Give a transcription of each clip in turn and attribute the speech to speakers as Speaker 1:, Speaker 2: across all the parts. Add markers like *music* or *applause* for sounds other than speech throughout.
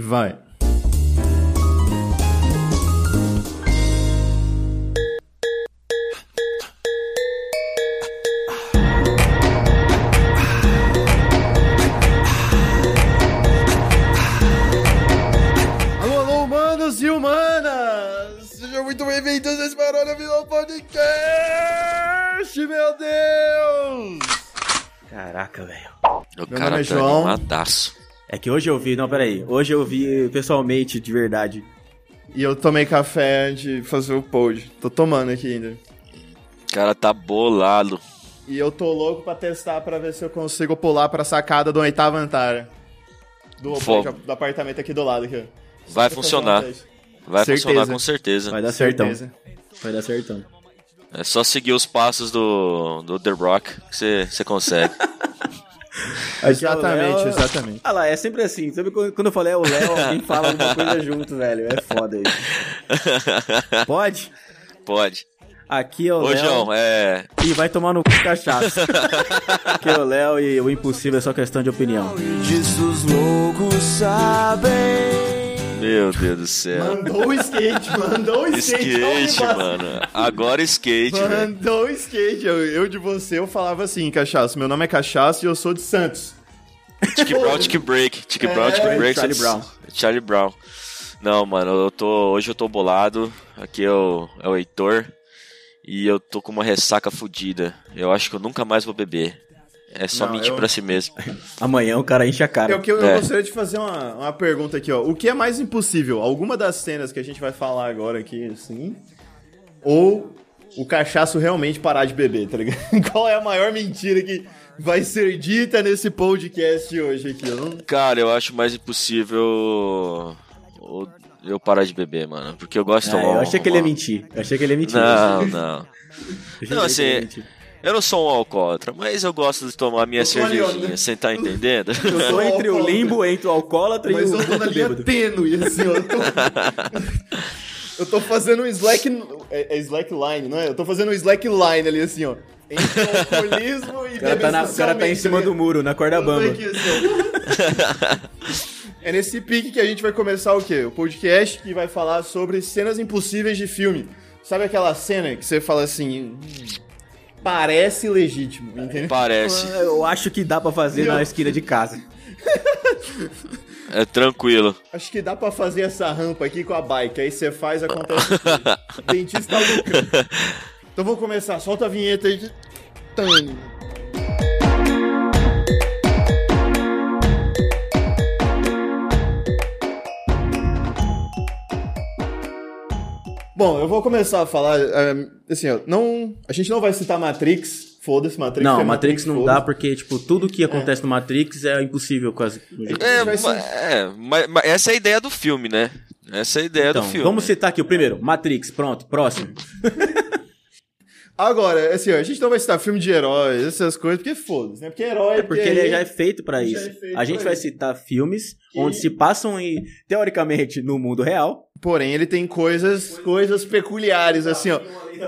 Speaker 1: Vai. Alô, alô, humanos e humanas! Sejam muito bem-vindos a esse Barulho Vilão Podcast, meu Deus!
Speaker 2: Caraca, velho.
Speaker 3: O
Speaker 1: Meu
Speaker 3: cara
Speaker 1: nome é
Speaker 3: tá
Speaker 1: João.
Speaker 3: animadaço.
Speaker 2: É que hoje eu vi, não, peraí. Hoje eu vi pessoalmente, de verdade.
Speaker 1: E eu tomei café antes de fazer o pod. Tô tomando aqui ainda.
Speaker 3: O cara tá bolado.
Speaker 1: E eu tô louco pra testar pra ver se eu consigo pular pra sacada do oitavo andar. Do,
Speaker 3: Fogo.
Speaker 1: do apartamento aqui do lado. Aqui. ó.
Speaker 3: Vai funcionar. Vai
Speaker 1: Certeza.
Speaker 3: funcionar com certeza.
Speaker 2: Vai dar certão.
Speaker 1: Certeza.
Speaker 2: Vai dar certão.
Speaker 3: É só seguir os passos do, do The Rock que você
Speaker 1: *laughs*
Speaker 3: você consegue.
Speaker 1: Exatamente, exatamente.
Speaker 2: Ah lá, é sempre assim. Sempre quando quando eu falei é o Léo, alguém fala alguma
Speaker 3: *laughs*
Speaker 2: coisa junto, velho. É foda isso. Pode?
Speaker 3: Pode.
Speaker 2: Aqui é o
Speaker 3: Ô,
Speaker 2: Léo.
Speaker 3: João, é.
Speaker 2: E vai tomar no cu cachaça. Aqui é o Léo e o impossível é só questão de opinião.
Speaker 3: Meu Deus do céu.
Speaker 1: Mandou o skate, mandou o skate. ao
Speaker 3: Skate,
Speaker 1: vivaço.
Speaker 3: mano. Agora skate, velho.
Speaker 1: Mandou o skate. Eu, eu de você, eu falava assim, Cachaço. Meu nome é Cachaço e eu sou de Santos.
Speaker 3: Tic Brown, Tic Break. Tic Brown, Tic
Speaker 1: É,
Speaker 3: Break.
Speaker 2: Charlie
Speaker 3: cê-
Speaker 2: Brown.
Speaker 3: Charlie Brown. Não, mano, eu tô. Hoje eu tô bolado. Aqui é o, é o Heitor. E eu tô com uma ressaca fodida. Eu acho que eu nunca mais vou beber. É só
Speaker 1: Não,
Speaker 3: mentir
Speaker 1: eu-
Speaker 3: pra si mesmo.
Speaker 2: Amanhã o cara enche a cara.
Speaker 1: Eu, que- eu
Speaker 3: É.
Speaker 1: gostaria de fazer uma, uma pergunta aqui, ó. O que é mais impossível? Alguma das cenas que a gente vai falar agora aqui, assim? Ou o cachaço realmente parar de beber, tá ligado? *laughs* Qual é a maior mentira que vai ser dita nesse podcast hoje aqui? Eu não-
Speaker 3: Cara, eu acho mais impossível o- eu parar de beber, mano. Porque eu gosto de
Speaker 2: Ah, eu
Speaker 3: tomar um-
Speaker 2: achei que ele ia
Speaker 3: uma-
Speaker 2: mentir. Eu achei que ele ia mentir. *laughs*
Speaker 3: Não, não.
Speaker 2: Eu achei que
Speaker 3: Não,
Speaker 2: ele ia
Speaker 3: assim,
Speaker 2: mentir. um
Speaker 3: eu não sou um alcoólatra, mas eu gosto de tomar minha
Speaker 1: Eu tô ali, ó, né?
Speaker 3: cervejinha, você tá entendendo?
Speaker 2: Eu sou entre o limbo, entre o alcoólatra
Speaker 1: É. Mas
Speaker 2: e o
Speaker 1: eu tô na linha
Speaker 2: *laughs* bêbado.
Speaker 1: tênue, assim, ó. Eu tô, eu tô fazendo um slack... É, é slackline, não é? Eu tô fazendo um slackline ali, assim, ó. Entre o alcoolismo e
Speaker 2: O cara, tá na- o cara tá em cima do muro, na corda
Speaker 1: Tudo
Speaker 2: bamba.
Speaker 1: aqui, assim, ó. *laughs* é nesse pique que a gente vai começar o quê? O podcast que vai falar sobre cenas impossíveis de filme. Sabe aquela cena que você fala assim. Parece legítimo,
Speaker 2: um
Speaker 1: entendeu?
Speaker 3: *laughs* Parece.
Speaker 2: Eu acho que dá pra fazer
Speaker 1: Meu.
Speaker 2: na esquina de casa.
Speaker 3: É tranquilo.
Speaker 1: Acho que dá pra fazer essa rampa aqui com a bike. Aí você faz, acontece. tudo. O Dentista lucra. Então vamos começar. Solta a vinheta aí. de- Tane. Bom, eu vou começar a falar. eh, assim, ó, não, a gente não vai citar Matrix. Foda-se, Matrix.
Speaker 2: Não,
Speaker 1: é
Speaker 2: Matrix não
Speaker 1: foda-se.
Speaker 2: dá porque, tipo, tudo que acontece no Matrix é impossível quase.
Speaker 3: É,
Speaker 1: Vai ser-
Speaker 3: ma- é, mas, mas essa é a ideia do filme, né? Essa é a ideia
Speaker 2: Então,
Speaker 3: do filme.
Speaker 2: vamos citar aqui o primeiro. Matrix, pronto, próximo.
Speaker 1: Agora, assim, ó, a gente não vai citar filme de herói, essas coisas, porque foda-se, né? Porque herói.
Speaker 2: É porque ele já é feito
Speaker 1: Já
Speaker 2: pra
Speaker 1: é
Speaker 2: isso.
Speaker 1: feito
Speaker 2: A gente
Speaker 1: pra
Speaker 2: vai
Speaker 1: isso.
Speaker 2: citar filmes
Speaker 1: Que-
Speaker 2: onde se passam, em, teoricamente, no mundo real.
Speaker 1: Porém, ele tem coisas, coisas peculiares, assim, ó.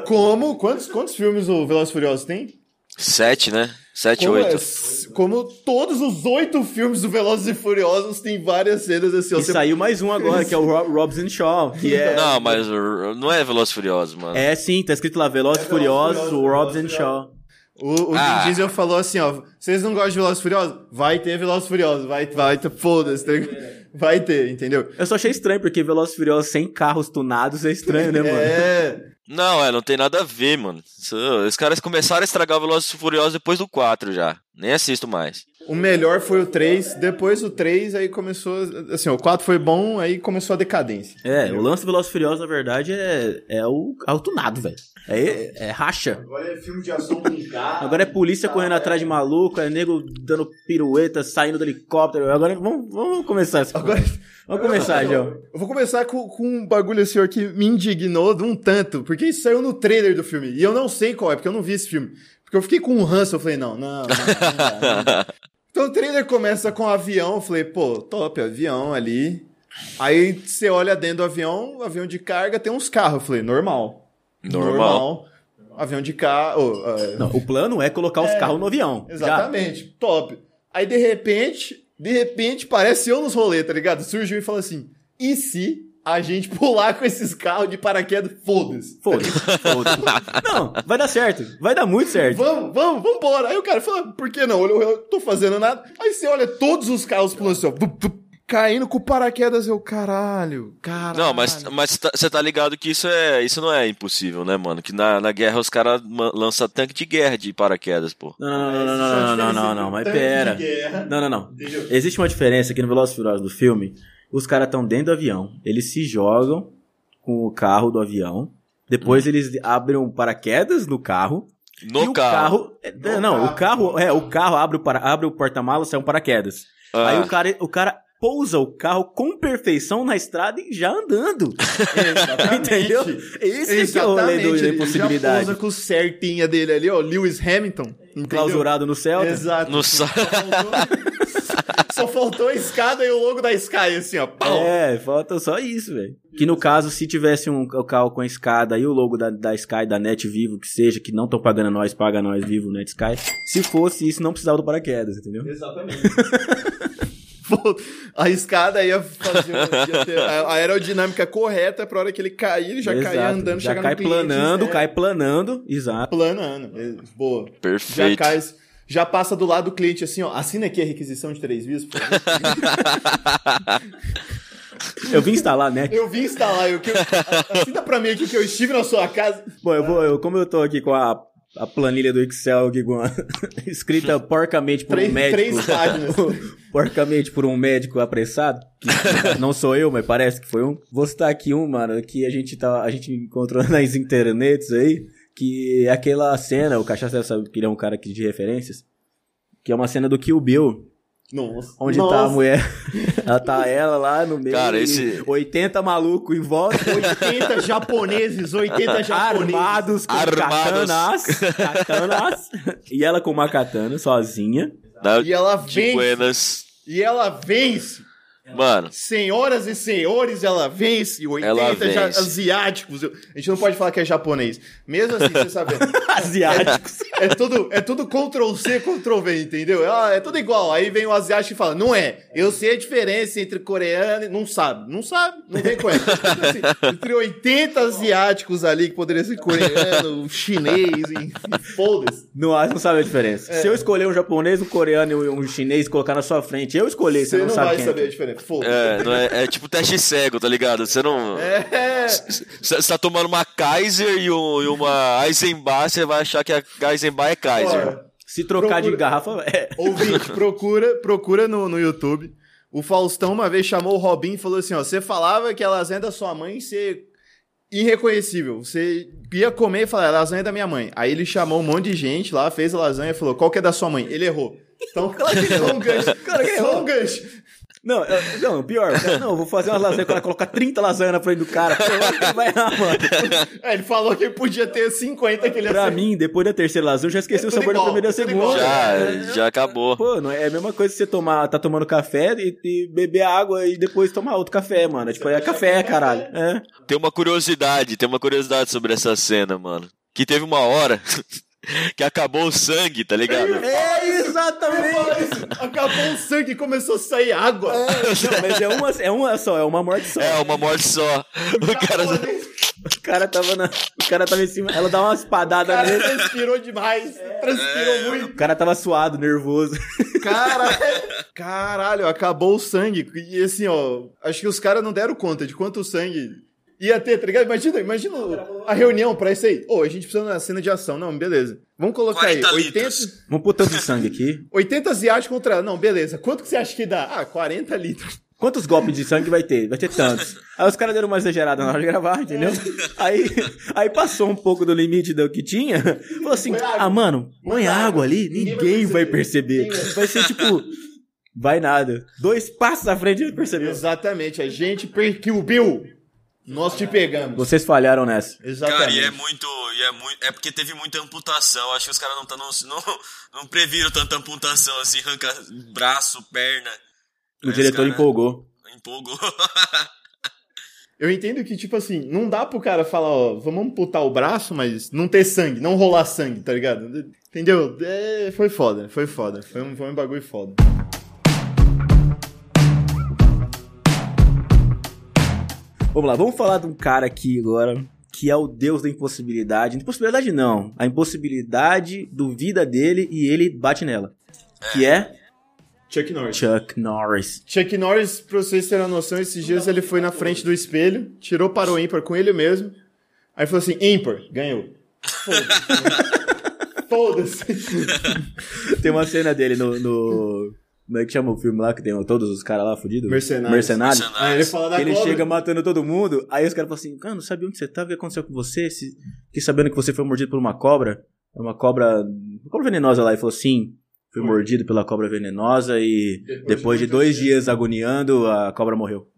Speaker 1: Como. Quantos, quantos filmes o Velozes e Furiosos tem?
Speaker 3: Sete, né? Sete,
Speaker 1: Como,
Speaker 3: oito.
Speaker 1: é- como todos os oito filmes do Velozes e Furiosos tem várias cenas, assim, ó.
Speaker 2: E saiu mais um agora, que é o Ro- Robson Shaw,
Speaker 1: *laughs*
Speaker 2: que é...
Speaker 3: Não, mas r- não é Veloz Furioso, mano.
Speaker 2: É sim, tá escrito lá, Velozes e Furiosos,
Speaker 1: É Velozes e
Speaker 2: o Robson
Speaker 1: Furiosos.
Speaker 2: Shaw.
Speaker 1: O, o
Speaker 3: Ah.
Speaker 1: Vin Diesel falou assim, ó. Vocês não gostam de Velozes e Furiosos? Vai ter Velozes e Furiosos, vai, vai, ter- foda-se. tá ligado? Vai ter, entendeu?
Speaker 2: Eu só achei estranho, porque Velozes e Furiosos sem carros tunados é estranho, né, mano?
Speaker 1: É.
Speaker 3: Não, é, não tem nada a ver, mano. Isso- Os caras começaram a estragar Velozes e Furiosos depois do 4 já. Nem assisto mais.
Speaker 1: O melhor foi o 3, depois o 3, aí começou. Assim, o 4 foi bom, aí começou a decadência.
Speaker 2: É, o lance do Velozes e Furiosos, na verdade, é, é, o, é o tunado, velho. É, é racha.
Speaker 1: Agora é filme de ação com carro.
Speaker 2: Agora é polícia correndo atrás de maluco, é nego dando pirueta, saindo do helicóptero. Agora vamos, vamos começar essa
Speaker 1: Agora-
Speaker 2: coisa. Vamos começar, Tá, João.
Speaker 1: Eu vou começar com, com um bagulho senhor que me indignou de um tanto, porque isso saiu no trailer do filme. E eu não sei qual é, porque eu não vi esse filme. Porque eu fiquei com um ranço, eu falei, não, não, não, não dá, não dá. Então o trailer começa com o avião, eu falei, pô, top, avião ali. Aí você olha dentro do avião, avião de carga, tem uns carros. Eu falei, normal.
Speaker 3: Normal.
Speaker 1: Avião de carro. ah,
Speaker 2: Não, o plano é colocar os carros no avião. Já.
Speaker 1: Exatamente, top. Aí de repente De repente, parece eu nos rolê, tá ligado? Surgiu e falou assim: e se a gente pular com esses carros de paraquedas? Foda-se.
Speaker 2: Foda-se. Foda-se. não, vai dar certo. Vai dar muito
Speaker 1: *laughs*
Speaker 2: certo.
Speaker 1: Vamos, vamos, vamos embora. Aí o cara fala: por que não? Eu, eu tô fazendo nada. Aí você olha todos os carros pulando assim, ó. Bup, bup, Caindo com paraquedas, eu, caralho, caralho.
Speaker 3: Não, mas, mas tá- você tá ligado que isso, é, isso não é impossível, né, mano? Que na, na guerra os caras ma- lançam tanque de guerra de paraquedas, pô.
Speaker 2: Não, não, não, não, não, não, não, não, não,
Speaker 1: um
Speaker 2: mas pera. Não, não, não. *laughs* Existe uma diferença aqui no Velozes e Furiosos do filme. Os caras estão dentro do avião, eles se jogam com o carro do avião. Depois eles abrem um paraquedas no carro. e
Speaker 3: No
Speaker 2: o
Speaker 3: carro.
Speaker 2: carro. é,
Speaker 1: No
Speaker 2: não, o
Speaker 1: carro.
Speaker 2: carro. É, o carro abre o, para, abre o porta-malas, sai um paraquedas.
Speaker 3: Ah,
Speaker 2: Aí o cara, o cara pousa o carro com perfeição na estrada e já andando. Entendeu? Esse que é o rolê do- da
Speaker 1: Ele já
Speaker 2: impossibilidade.
Speaker 1: pousa com certinha dele ali, ó, Lewis Hamilton. Entendeu?
Speaker 2: Clausurado no Celta.
Speaker 1: Exato.
Speaker 3: No
Speaker 1: Só
Speaker 3: sa-
Speaker 1: faltou- Só faltou a escada e o logo da Sky, assim, ó. Pau.
Speaker 2: É, falta só isso, velho. Que no caso, se tivesse um carro com a escada e o logo da, da Sky, da Net Vivo, que seja, que não estão pagando nós, paga nós vivo, Net Sky. Se fosse isso, não precisava do paraquedas, entendeu?
Speaker 1: Exatamente. A escada ia fazer ia ter a aerodinâmica correta pra hora que ele cair, ele já
Speaker 2: Exato.
Speaker 1: cair andando,
Speaker 2: já
Speaker 1: chegar
Speaker 2: cai
Speaker 1: no cliente,
Speaker 2: planando,
Speaker 1: né?
Speaker 2: cai planando, exato.
Speaker 1: planando. é, Boa. Já
Speaker 3: Perfeito.
Speaker 1: cai, já passa do lado do cliente assim, ó. Assina aqui a requisição de três vias. por favor.
Speaker 2: Eu vim
Speaker 1: *laughs*
Speaker 2: instalar, né?
Speaker 1: Eu vim instalar, eu, que eu, assina pra mim aqui que eu estive na sua casa.
Speaker 2: Bom, eu vou, eu, como eu tô aqui com a, a planilha do Excel aqui com a, *laughs* escrita porcamente por
Speaker 1: Três,
Speaker 2: um médico.
Speaker 1: três
Speaker 2: *laughs*
Speaker 1: páginas.
Speaker 2: porcamente por um médico apressado,
Speaker 3: *laughs*
Speaker 2: que não sou eu, mas parece que foi um. Vou citar aqui um, mano, que a gente, tá, a gente encontrou *laughs* nas internets aí, que é aquela cena, o Cachaça deve saber que ele é um cara aqui de referências, que é uma cena do Kill Bill,
Speaker 1: Nossa.
Speaker 2: onde
Speaker 1: Nossa.
Speaker 2: tá a mulher, *laughs* ela tá ela lá no meio,
Speaker 3: Cara,
Speaker 2: e
Speaker 3: esse-
Speaker 2: 80 maluco em
Speaker 3: *laughs*
Speaker 2: volta,
Speaker 1: 80 japoneses, 80 japoneses.
Speaker 2: armados com
Speaker 3: Armados.
Speaker 2: katanas,
Speaker 3: *laughs*
Speaker 2: katanas, e ela com uma katana sozinha,
Speaker 3: Na-
Speaker 1: E ela
Speaker 3: de
Speaker 1: vence.
Speaker 3: Buenas.
Speaker 1: E ela vence.
Speaker 3: Mano,
Speaker 1: Senhoras e senhores, ela vence. 80
Speaker 3: Ela vence.
Speaker 1: ja- asiáticos. Eu- A gente não pode falar que é japonês. Mesmo assim, você sabe.
Speaker 2: asiáticos.
Speaker 1: É tudo, é tudo Ctrl C, Ctrl V, entendeu? É, é tudo igual. Aí vem o asiático e fala: não é. Eu sei a diferença entre coreano e. Não sabe. Não sabe. Não vem com essa. Então, assim, entre 80 asiáticos ali, que poderia ser coreano, chinês, e, e foda-se.
Speaker 2: Não, você não sabe a diferença.
Speaker 1: É.
Speaker 2: Se eu escolher um japonês, um coreano e um chinês e colocar na sua frente, eu escolhi, você,
Speaker 1: Você não,
Speaker 2: sabe
Speaker 1: vai
Speaker 2: quem. é.
Speaker 1: saber a diferença. Foda-se.
Speaker 3: é, não é, é tipo teste cego, tá ligado? Você não.
Speaker 1: é.
Speaker 3: Você tá tomando uma Kaiser e, um- e uma Eisenbach, você vai achar que a Eisenbach é Kaiser.
Speaker 1: Ora,
Speaker 2: Se trocar de
Speaker 1: Procura-
Speaker 2: garrafa, é.
Speaker 1: Ouvinte, *laughs* procura, procura no, no YouTube. O Faustão uma vez chamou o Robin e falou assim: ó, você falava que a lasanha é da sua mãe ser irreconhecível. Você ia comer e falar, lasanha é da minha mãe. Aí ele chamou um monte de gente lá, fez a lasanha e falou: qual que é da sua mãe? Ele errou. Então, *laughs* claro que ele errou um gancho. Claro que ele errou um gancho.
Speaker 2: Não, eu- não, pior. cara, Não, eu vou fazer umas lasanhas, o cara coloca 30 lasanhas na frente do cara. pô, eu acho que ele vai
Speaker 1: *laughs*
Speaker 2: errar, mano.
Speaker 1: É, ele falou que podia ter 50 que ele
Speaker 2: Pra
Speaker 1: acertou.
Speaker 2: mim, depois da terceira lasanha, eu já esqueci
Speaker 1: É
Speaker 2: o
Speaker 1: tudo
Speaker 2: sabor
Speaker 1: igual,
Speaker 2: da primeira e da
Speaker 1: tudo igual.
Speaker 2: segunda.
Speaker 3: Já, é. já acabou.
Speaker 2: Pô, não é a mesma coisa que você tomar, tá tomando café e, e beber água e depois tomar outro café, mano. É Tipo, é café, caralho. É.
Speaker 3: Tem uma curiosidade, tem uma curiosidade sobre essa cena, mano. Que teve uma hora *laughs* que acabou o sangue, tá ligado?
Speaker 2: É, exatamente.
Speaker 1: Acabou o sangue e começou a sair água.
Speaker 2: Não, mas é uma, é uma só, é uma morte só.
Speaker 3: É, uma morte só. O cara.
Speaker 1: *laughs*
Speaker 2: O cara tava na. O cara tava em cima. Ela dá uma espadada
Speaker 1: Cara,
Speaker 2: nele.
Speaker 1: transpirou demais. Transpirou muito.
Speaker 2: O cara tava suado, nervoso.
Speaker 3: *laughs*
Speaker 1: Cara... Caralho, acabou o sangue. E assim, ó, acho que os caras não deram conta de quanto sangue ia ter, tá ligado? Imagina, imagina a reunião pra isso aí. Ô, a gente precisa de uma cena de ação. Não, beleza. Vamos colocar aí
Speaker 3: 40
Speaker 1: 80,
Speaker 3: litros.
Speaker 2: Vamos pôr tanto de sangue aqui.
Speaker 1: 80 asiáticos contra... Não, beleza. Quanto que você acha que dá? Ah, 40 litros.
Speaker 2: Quantos golpes de sangue vai ter? Vai ter tantos. Aí os caras deram uma exagerada na hora de gravar, entendeu? Aí, aí passou um pouco do limite do que tinha. Falou assim: ah, mano, põe água ali, ninguém vai perceber. Vai ser tipo. Vai nada. Dois passos à frente ele percebeu.
Speaker 1: Exatamente. A gente perquiu, Bill. Nós te pegamos.
Speaker 2: Vocês falharam nessa.
Speaker 1: Exatamente.
Speaker 3: muito. E é muito. É porque teve muita amputação. Acho que os caras não, não, não, não previram tanta amputação assim, arranca braço, perna.
Speaker 2: O diretor empolgou.
Speaker 3: empolgou. *laughs*
Speaker 1: Eu entendo que, tipo assim, não dá pro cara falar, ó, vamos amputar o braço, mas não ter sangue, não rolar sangue, tá ligado? Entendeu? É, foi foda, foi foda. Foi um, foi um bagulho foda.
Speaker 2: Vamos lá, vamos falar de um cara aqui agora que é o deus da impossibilidade. Impossibilidade não, a impossibilidade duvida dele e ele bate nela. Que é
Speaker 1: Chuck Norris.
Speaker 2: Chuck Norris. *laughs*
Speaker 1: Chuck Norris, pra vocês terem uma noção, esses dias ele foi na frente do espelho, tirou para o ímpar com ele mesmo. Aí falou assim: ímpar, ganhou. Foda-se.
Speaker 2: Tem uma cena dele no, no como é que chama o filme lá que tem todos os caras lá fudidos?
Speaker 1: Mercenários.
Speaker 2: Mercenários.
Speaker 1: Aí ele fala da
Speaker 2: Ele
Speaker 1: cobra.
Speaker 2: chega matando todo mundo, aí os caras falam assim, cara, não sabia onde você tava, o que aconteceu com você? Se... Fiquei sabendo que você foi mordido por uma cobra, é uma cobra, uma cobra venenosa lá, e falou sim, fui mordido pela cobra venenosa e depois, de dois dias agoniando, a cobra morreu.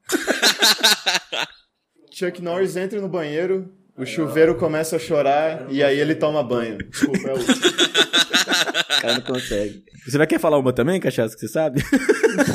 Speaker 1: Chuck Norris entra no banheiro, o chuveiro começa a chorar e aí ele toma banho. Desculpa, é o
Speaker 2: *laughs* O cara não consegue. Você vai querer falar uma também, Cachaça, que você sabe?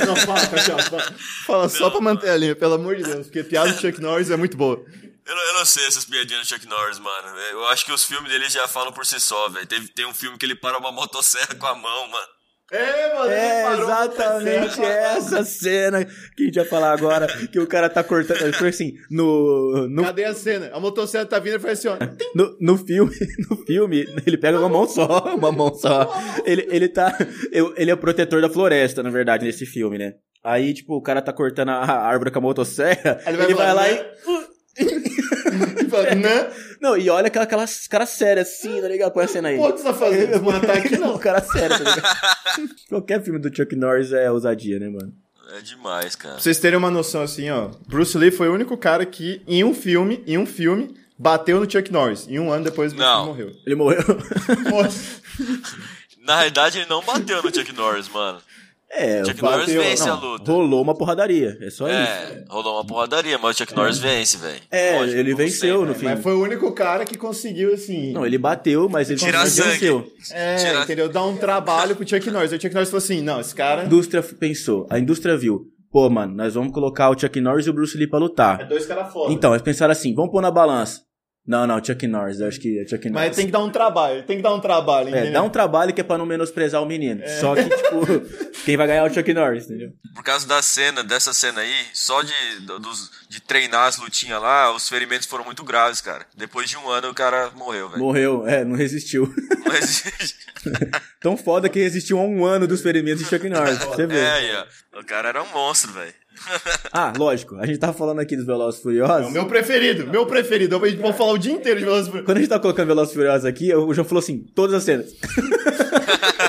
Speaker 1: Não, fala, fala, fala. Fala só pra manter a linha, pelo amor de Deus, porque piada do Chuck Norris é muito boa.
Speaker 3: Eu não, eu não sei essas piadinhas do Chuck Norris, mano. Eu acho que os filmes dele já falam por si só, velho. Teve- Tem, um filme que ele para uma motosserra com a mão, mano.
Speaker 1: É, mano,
Speaker 2: *laughs* *laughs* É
Speaker 1: ele parou pra
Speaker 2: exatamente é.
Speaker 1: terra.
Speaker 2: essa cena que a gente ia falar agora, que o cara tá cortando. Ele Foi assim, no, no,
Speaker 1: Cadê a cena? A motocicleta tá vindo e faz assim, ó.
Speaker 2: no, no filme, *laughs* no filme, ele pega uma mão só, uma mão só. Ele, ele tá. eu- Ele é o protetor da floresta, na verdade, nesse filme, né? Aí, tipo, o cara tá cortando a a árvore com a motosserra,
Speaker 1: Ele
Speaker 2: ele
Speaker 1: vai
Speaker 2: vai,
Speaker 1: falar,
Speaker 2: lá
Speaker 1: né?
Speaker 2: e.
Speaker 1: *laughs* Fala, né? Não,
Speaker 2: Não, e olha aquela, aquelas cara séria assim, tá ligado? Põe a cena aí. *laughs*
Speaker 1: pô, o que você tá fazendo? Vou matar aqui
Speaker 2: Não,
Speaker 1: não.
Speaker 2: cara sério, tá ligado? Qualquer filme do Chuck Norris é ousadia, né, mano?
Speaker 3: É demais, cara.
Speaker 1: Pra vocês terem uma noção assim, ó. Bruce Lee foi o único cara que, em um filme, em um filme, bateu no Chuck Norris. E um ano depois Bruce
Speaker 3: Não.
Speaker 1: Lee morreu.
Speaker 2: Ele morreu. *laughs*
Speaker 1: Nossa.
Speaker 3: Na realidade, ele não bateu no Chuck Norris, mano.
Speaker 2: É,
Speaker 3: Chuck
Speaker 2: bateu-
Speaker 3: Norris vence a luta.
Speaker 2: Rolou uma porradaria, é só isso.
Speaker 3: É, rolou uma porradaria, mas o Chuck Norris vence, velho.
Speaker 2: É,
Speaker 3: Lógico, né?
Speaker 2: ele
Speaker 3: como
Speaker 2: venceu
Speaker 3: sempre.
Speaker 2: no fim.
Speaker 1: *laughs* Mas foi o único cara que conseguiu, assim.
Speaker 2: Não, ele bateu, mas ele
Speaker 3: Tirar
Speaker 2: mas
Speaker 3: sangue.
Speaker 2: venceu.
Speaker 1: É,
Speaker 3: Tirar-
Speaker 1: entendeu? Dá um trabalho pro Chuck Norris. Aí o Chuck Norris falou assim: não, esse
Speaker 2: A
Speaker 1: cara.
Speaker 2: indústria f- pensou, a indústria viu, pô, mano, nós vamos colocar o Chuck Norris e o Bruce Lee pra lutar.
Speaker 1: É dois caras foda.
Speaker 2: Então, eles pensaram assim, vamos pôr na balança. Não, não, Chuck Norris, eu acho que é Chuck Norris.
Speaker 1: Mas tem que dar um trabalho, tem que É. dar um trabalho,
Speaker 2: É,
Speaker 1: entendeu?
Speaker 2: dá um trabalho que é pra não menosprezar o menino. Só que,
Speaker 1: *laughs*
Speaker 2: tipo, quem vai ganhar é o Chuck Norris, entendeu?
Speaker 3: Por causa da cena, dessa cena aí, só de, do- dos, de treinar as lutinhas lá, os ferimentos foram muito graves, cara. Depois de um ano, o cara morreu, velho.
Speaker 2: Morreu, é, não resistiu. *laughs*
Speaker 3: Mas,
Speaker 2: Tão foda que resistiu a um ano dos ferimentos de Chuck Norris, pra você vê.
Speaker 3: é, aí, ó. o cara era um monstro, velho.
Speaker 2: Ah, lógico, a gente tava falando aqui dos Velozes e Furiosos.
Speaker 1: É o meu preferido, meu preferido. Eu vou falar o dia inteiro de Velozes e Furiosos.
Speaker 2: Quando a gente tá colocando Velozes e Furiosos aqui, o João falou assim, todas as cenas.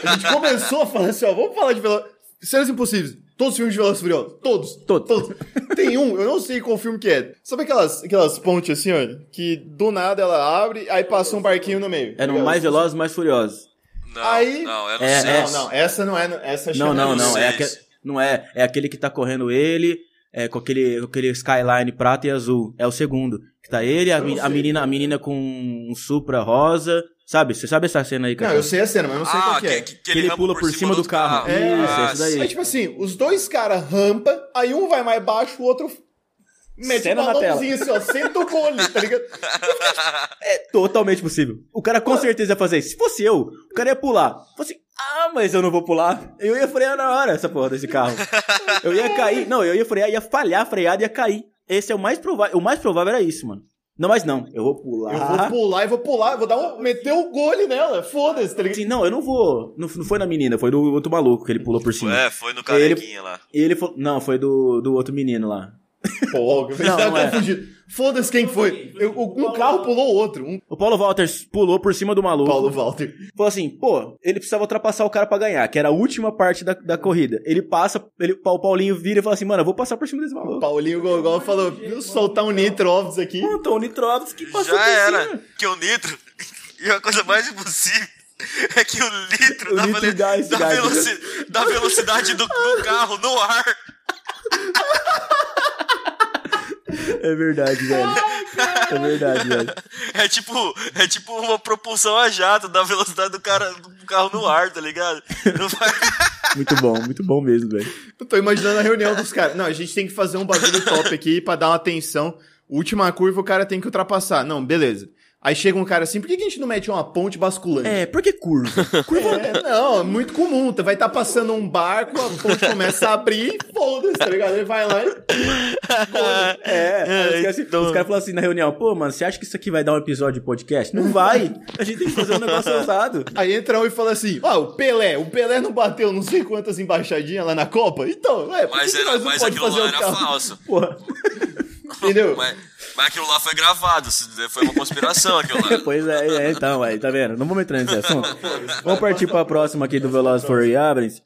Speaker 1: A gente começou a falar assim, ó, vamos falar de Velozes... Cenas Impossíveis. Todos os filmes de Velozes e Furiosos. Todos.
Speaker 2: Todos.
Speaker 1: Tem um, eu não sei qual filme que é. Sabe aquelas, aquelas pontes assim, ó? Que do nada ela abre, aí passa um barquinho no meio.
Speaker 2: Eram É mais Velozes, mais Furiosos.
Speaker 3: Não,
Speaker 1: Aí-
Speaker 3: não, era
Speaker 2: É,
Speaker 3: é,
Speaker 1: Não, não, essa não é... Essa acho
Speaker 2: Não,
Speaker 1: que é
Speaker 2: não,
Speaker 1: no
Speaker 2: não.
Speaker 1: seis.
Speaker 2: É
Speaker 3: seis.
Speaker 2: aque- Não é. É aquele que tá correndo ele, é, com, aquele, com aquele Skyline prata e azul. É o segundo. Que tá ele, a,
Speaker 1: Eu
Speaker 2: me-
Speaker 1: não
Speaker 2: a
Speaker 1: sei.
Speaker 2: menina, a menina com um Supra rosa. Sabe? Você sabe essa cena aí,
Speaker 1: Não,
Speaker 2: cara?
Speaker 1: eu sei a cena, mas eu não sei
Speaker 3: ah,
Speaker 1: qual que é.
Speaker 3: que, que,
Speaker 2: Que ele
Speaker 3: rampa
Speaker 2: pula por cima do
Speaker 3: outro
Speaker 2: carro.
Speaker 1: É,
Speaker 3: Ah,
Speaker 2: isso, esse daí.
Speaker 1: Aí, tipo assim, os dois caras rampa, aí um vai mais baixo, o outro mete
Speaker 2: Cena
Speaker 1: uma
Speaker 2: na tela.
Speaker 1: mãozinha assim, ó, senta o cone, tá ligado?
Speaker 2: Totalmente possível. O cara com certeza ia fazer isso. Se fosse eu, o cara ia pular. Eu falei assim, ah, mas eu não vou pular. Eu ia frear na hora essa porra desse carro. Eu ia cair. Não, eu ia frear, ia falhar a freada e ia cair. Esse é o mais provável. O mais provável era isso, mano. Não, mas não. Eu vou pular.
Speaker 1: Eu vou pular, eu vou pular, eu vou dar um. meter o gole nela, foda-se, tá ligado?
Speaker 2: Assim, não, eu não vou. Não, não foi na menina, foi do outro maluco que ele pulou por cima.
Speaker 3: É, foi no carequinha lá.
Speaker 2: E ele falou. Não, foi do, do outro menino lá.
Speaker 1: Pô, eu
Speaker 2: Não, não
Speaker 1: tava
Speaker 2: é.
Speaker 1: confundido. Foda-se quem foi. Eu- um carro pulou o outro, um
Speaker 2: O Paulo Walters pulou por cima do maluco.
Speaker 1: Paulo Walter.
Speaker 2: Falou assim, pô, ele precisava ultrapassar o cara pra ganhar, que era a última parte da, da corrida. Ele passa, ele, o Paulinho vira e fala assim, mano, eu vou passar por cima desse maluco.
Speaker 1: Paulinho Gogol falou: viu soltar um Nitro Ovos aqui.
Speaker 2: Pô, Tony Trotsky que passou por
Speaker 3: Já era.
Speaker 2: cima.
Speaker 3: Que o nitro. *laughs* E a coisa mais impossível é que o litro
Speaker 2: O
Speaker 3: da,
Speaker 2: litro
Speaker 3: vele-
Speaker 2: gás,
Speaker 3: da
Speaker 2: gás.
Speaker 3: veloci- da velocidade do, do carro no ar.
Speaker 2: É verdade, velho. É verdade, velho.
Speaker 3: É tipo, é tipo uma propulsão a jato da velocidade do, cara, do carro no ar, tá ligado?
Speaker 2: *laughs*
Speaker 3: Não vai-
Speaker 2: Muito bom, muito bom mesmo, velho.
Speaker 1: Eu tô imaginando a reunião dos caras. Não, a gente tem que fazer um bagulho top aqui pra dar uma atenção. Última curva, o cara tem que ultrapassar. Não, beleza. Aí chega um cara assim, por que que a gente não mete uma ponte basculante?
Speaker 2: É, por que *laughs* curva?
Speaker 1: É, não, é muito comum. Tá- Vai estar passando um barco, a ponte começa a abrir, foda-se, tá ligado? Ele vai lá e
Speaker 2: É, aí os caras
Speaker 3: Então-
Speaker 2: os caras falaram assim na reunião, pô, mano, você acha que isso aqui vai dar um episódio de podcast? Não vai! A gente tem que fazer um negócio ousado.
Speaker 1: Aí entra um e fala assim: ó, o Pelé, o Pelé não bateu não sei quantas embaixadinhas lá na Copa? Então, ué, por
Speaker 4: Mas,
Speaker 3: é,
Speaker 1: que
Speaker 4: era,
Speaker 1: nós não
Speaker 4: mas é
Speaker 1: pode
Speaker 4: aquilo
Speaker 1: fazer
Speaker 4: lá
Speaker 1: o
Speaker 4: era
Speaker 1: carro?
Speaker 4: falso.
Speaker 2: Porra.
Speaker 1: Entendeu?
Speaker 4: Mas, mas aquilo lá foi gravado. isso Foi uma conspiração aquilo
Speaker 2: *laughs*
Speaker 4: lá.
Speaker 2: Pois é, é, então, aí, tá vendo? Não vamos entrar nesse assunto. Vamos partir pra próxima aqui do Velozes for Reabrens.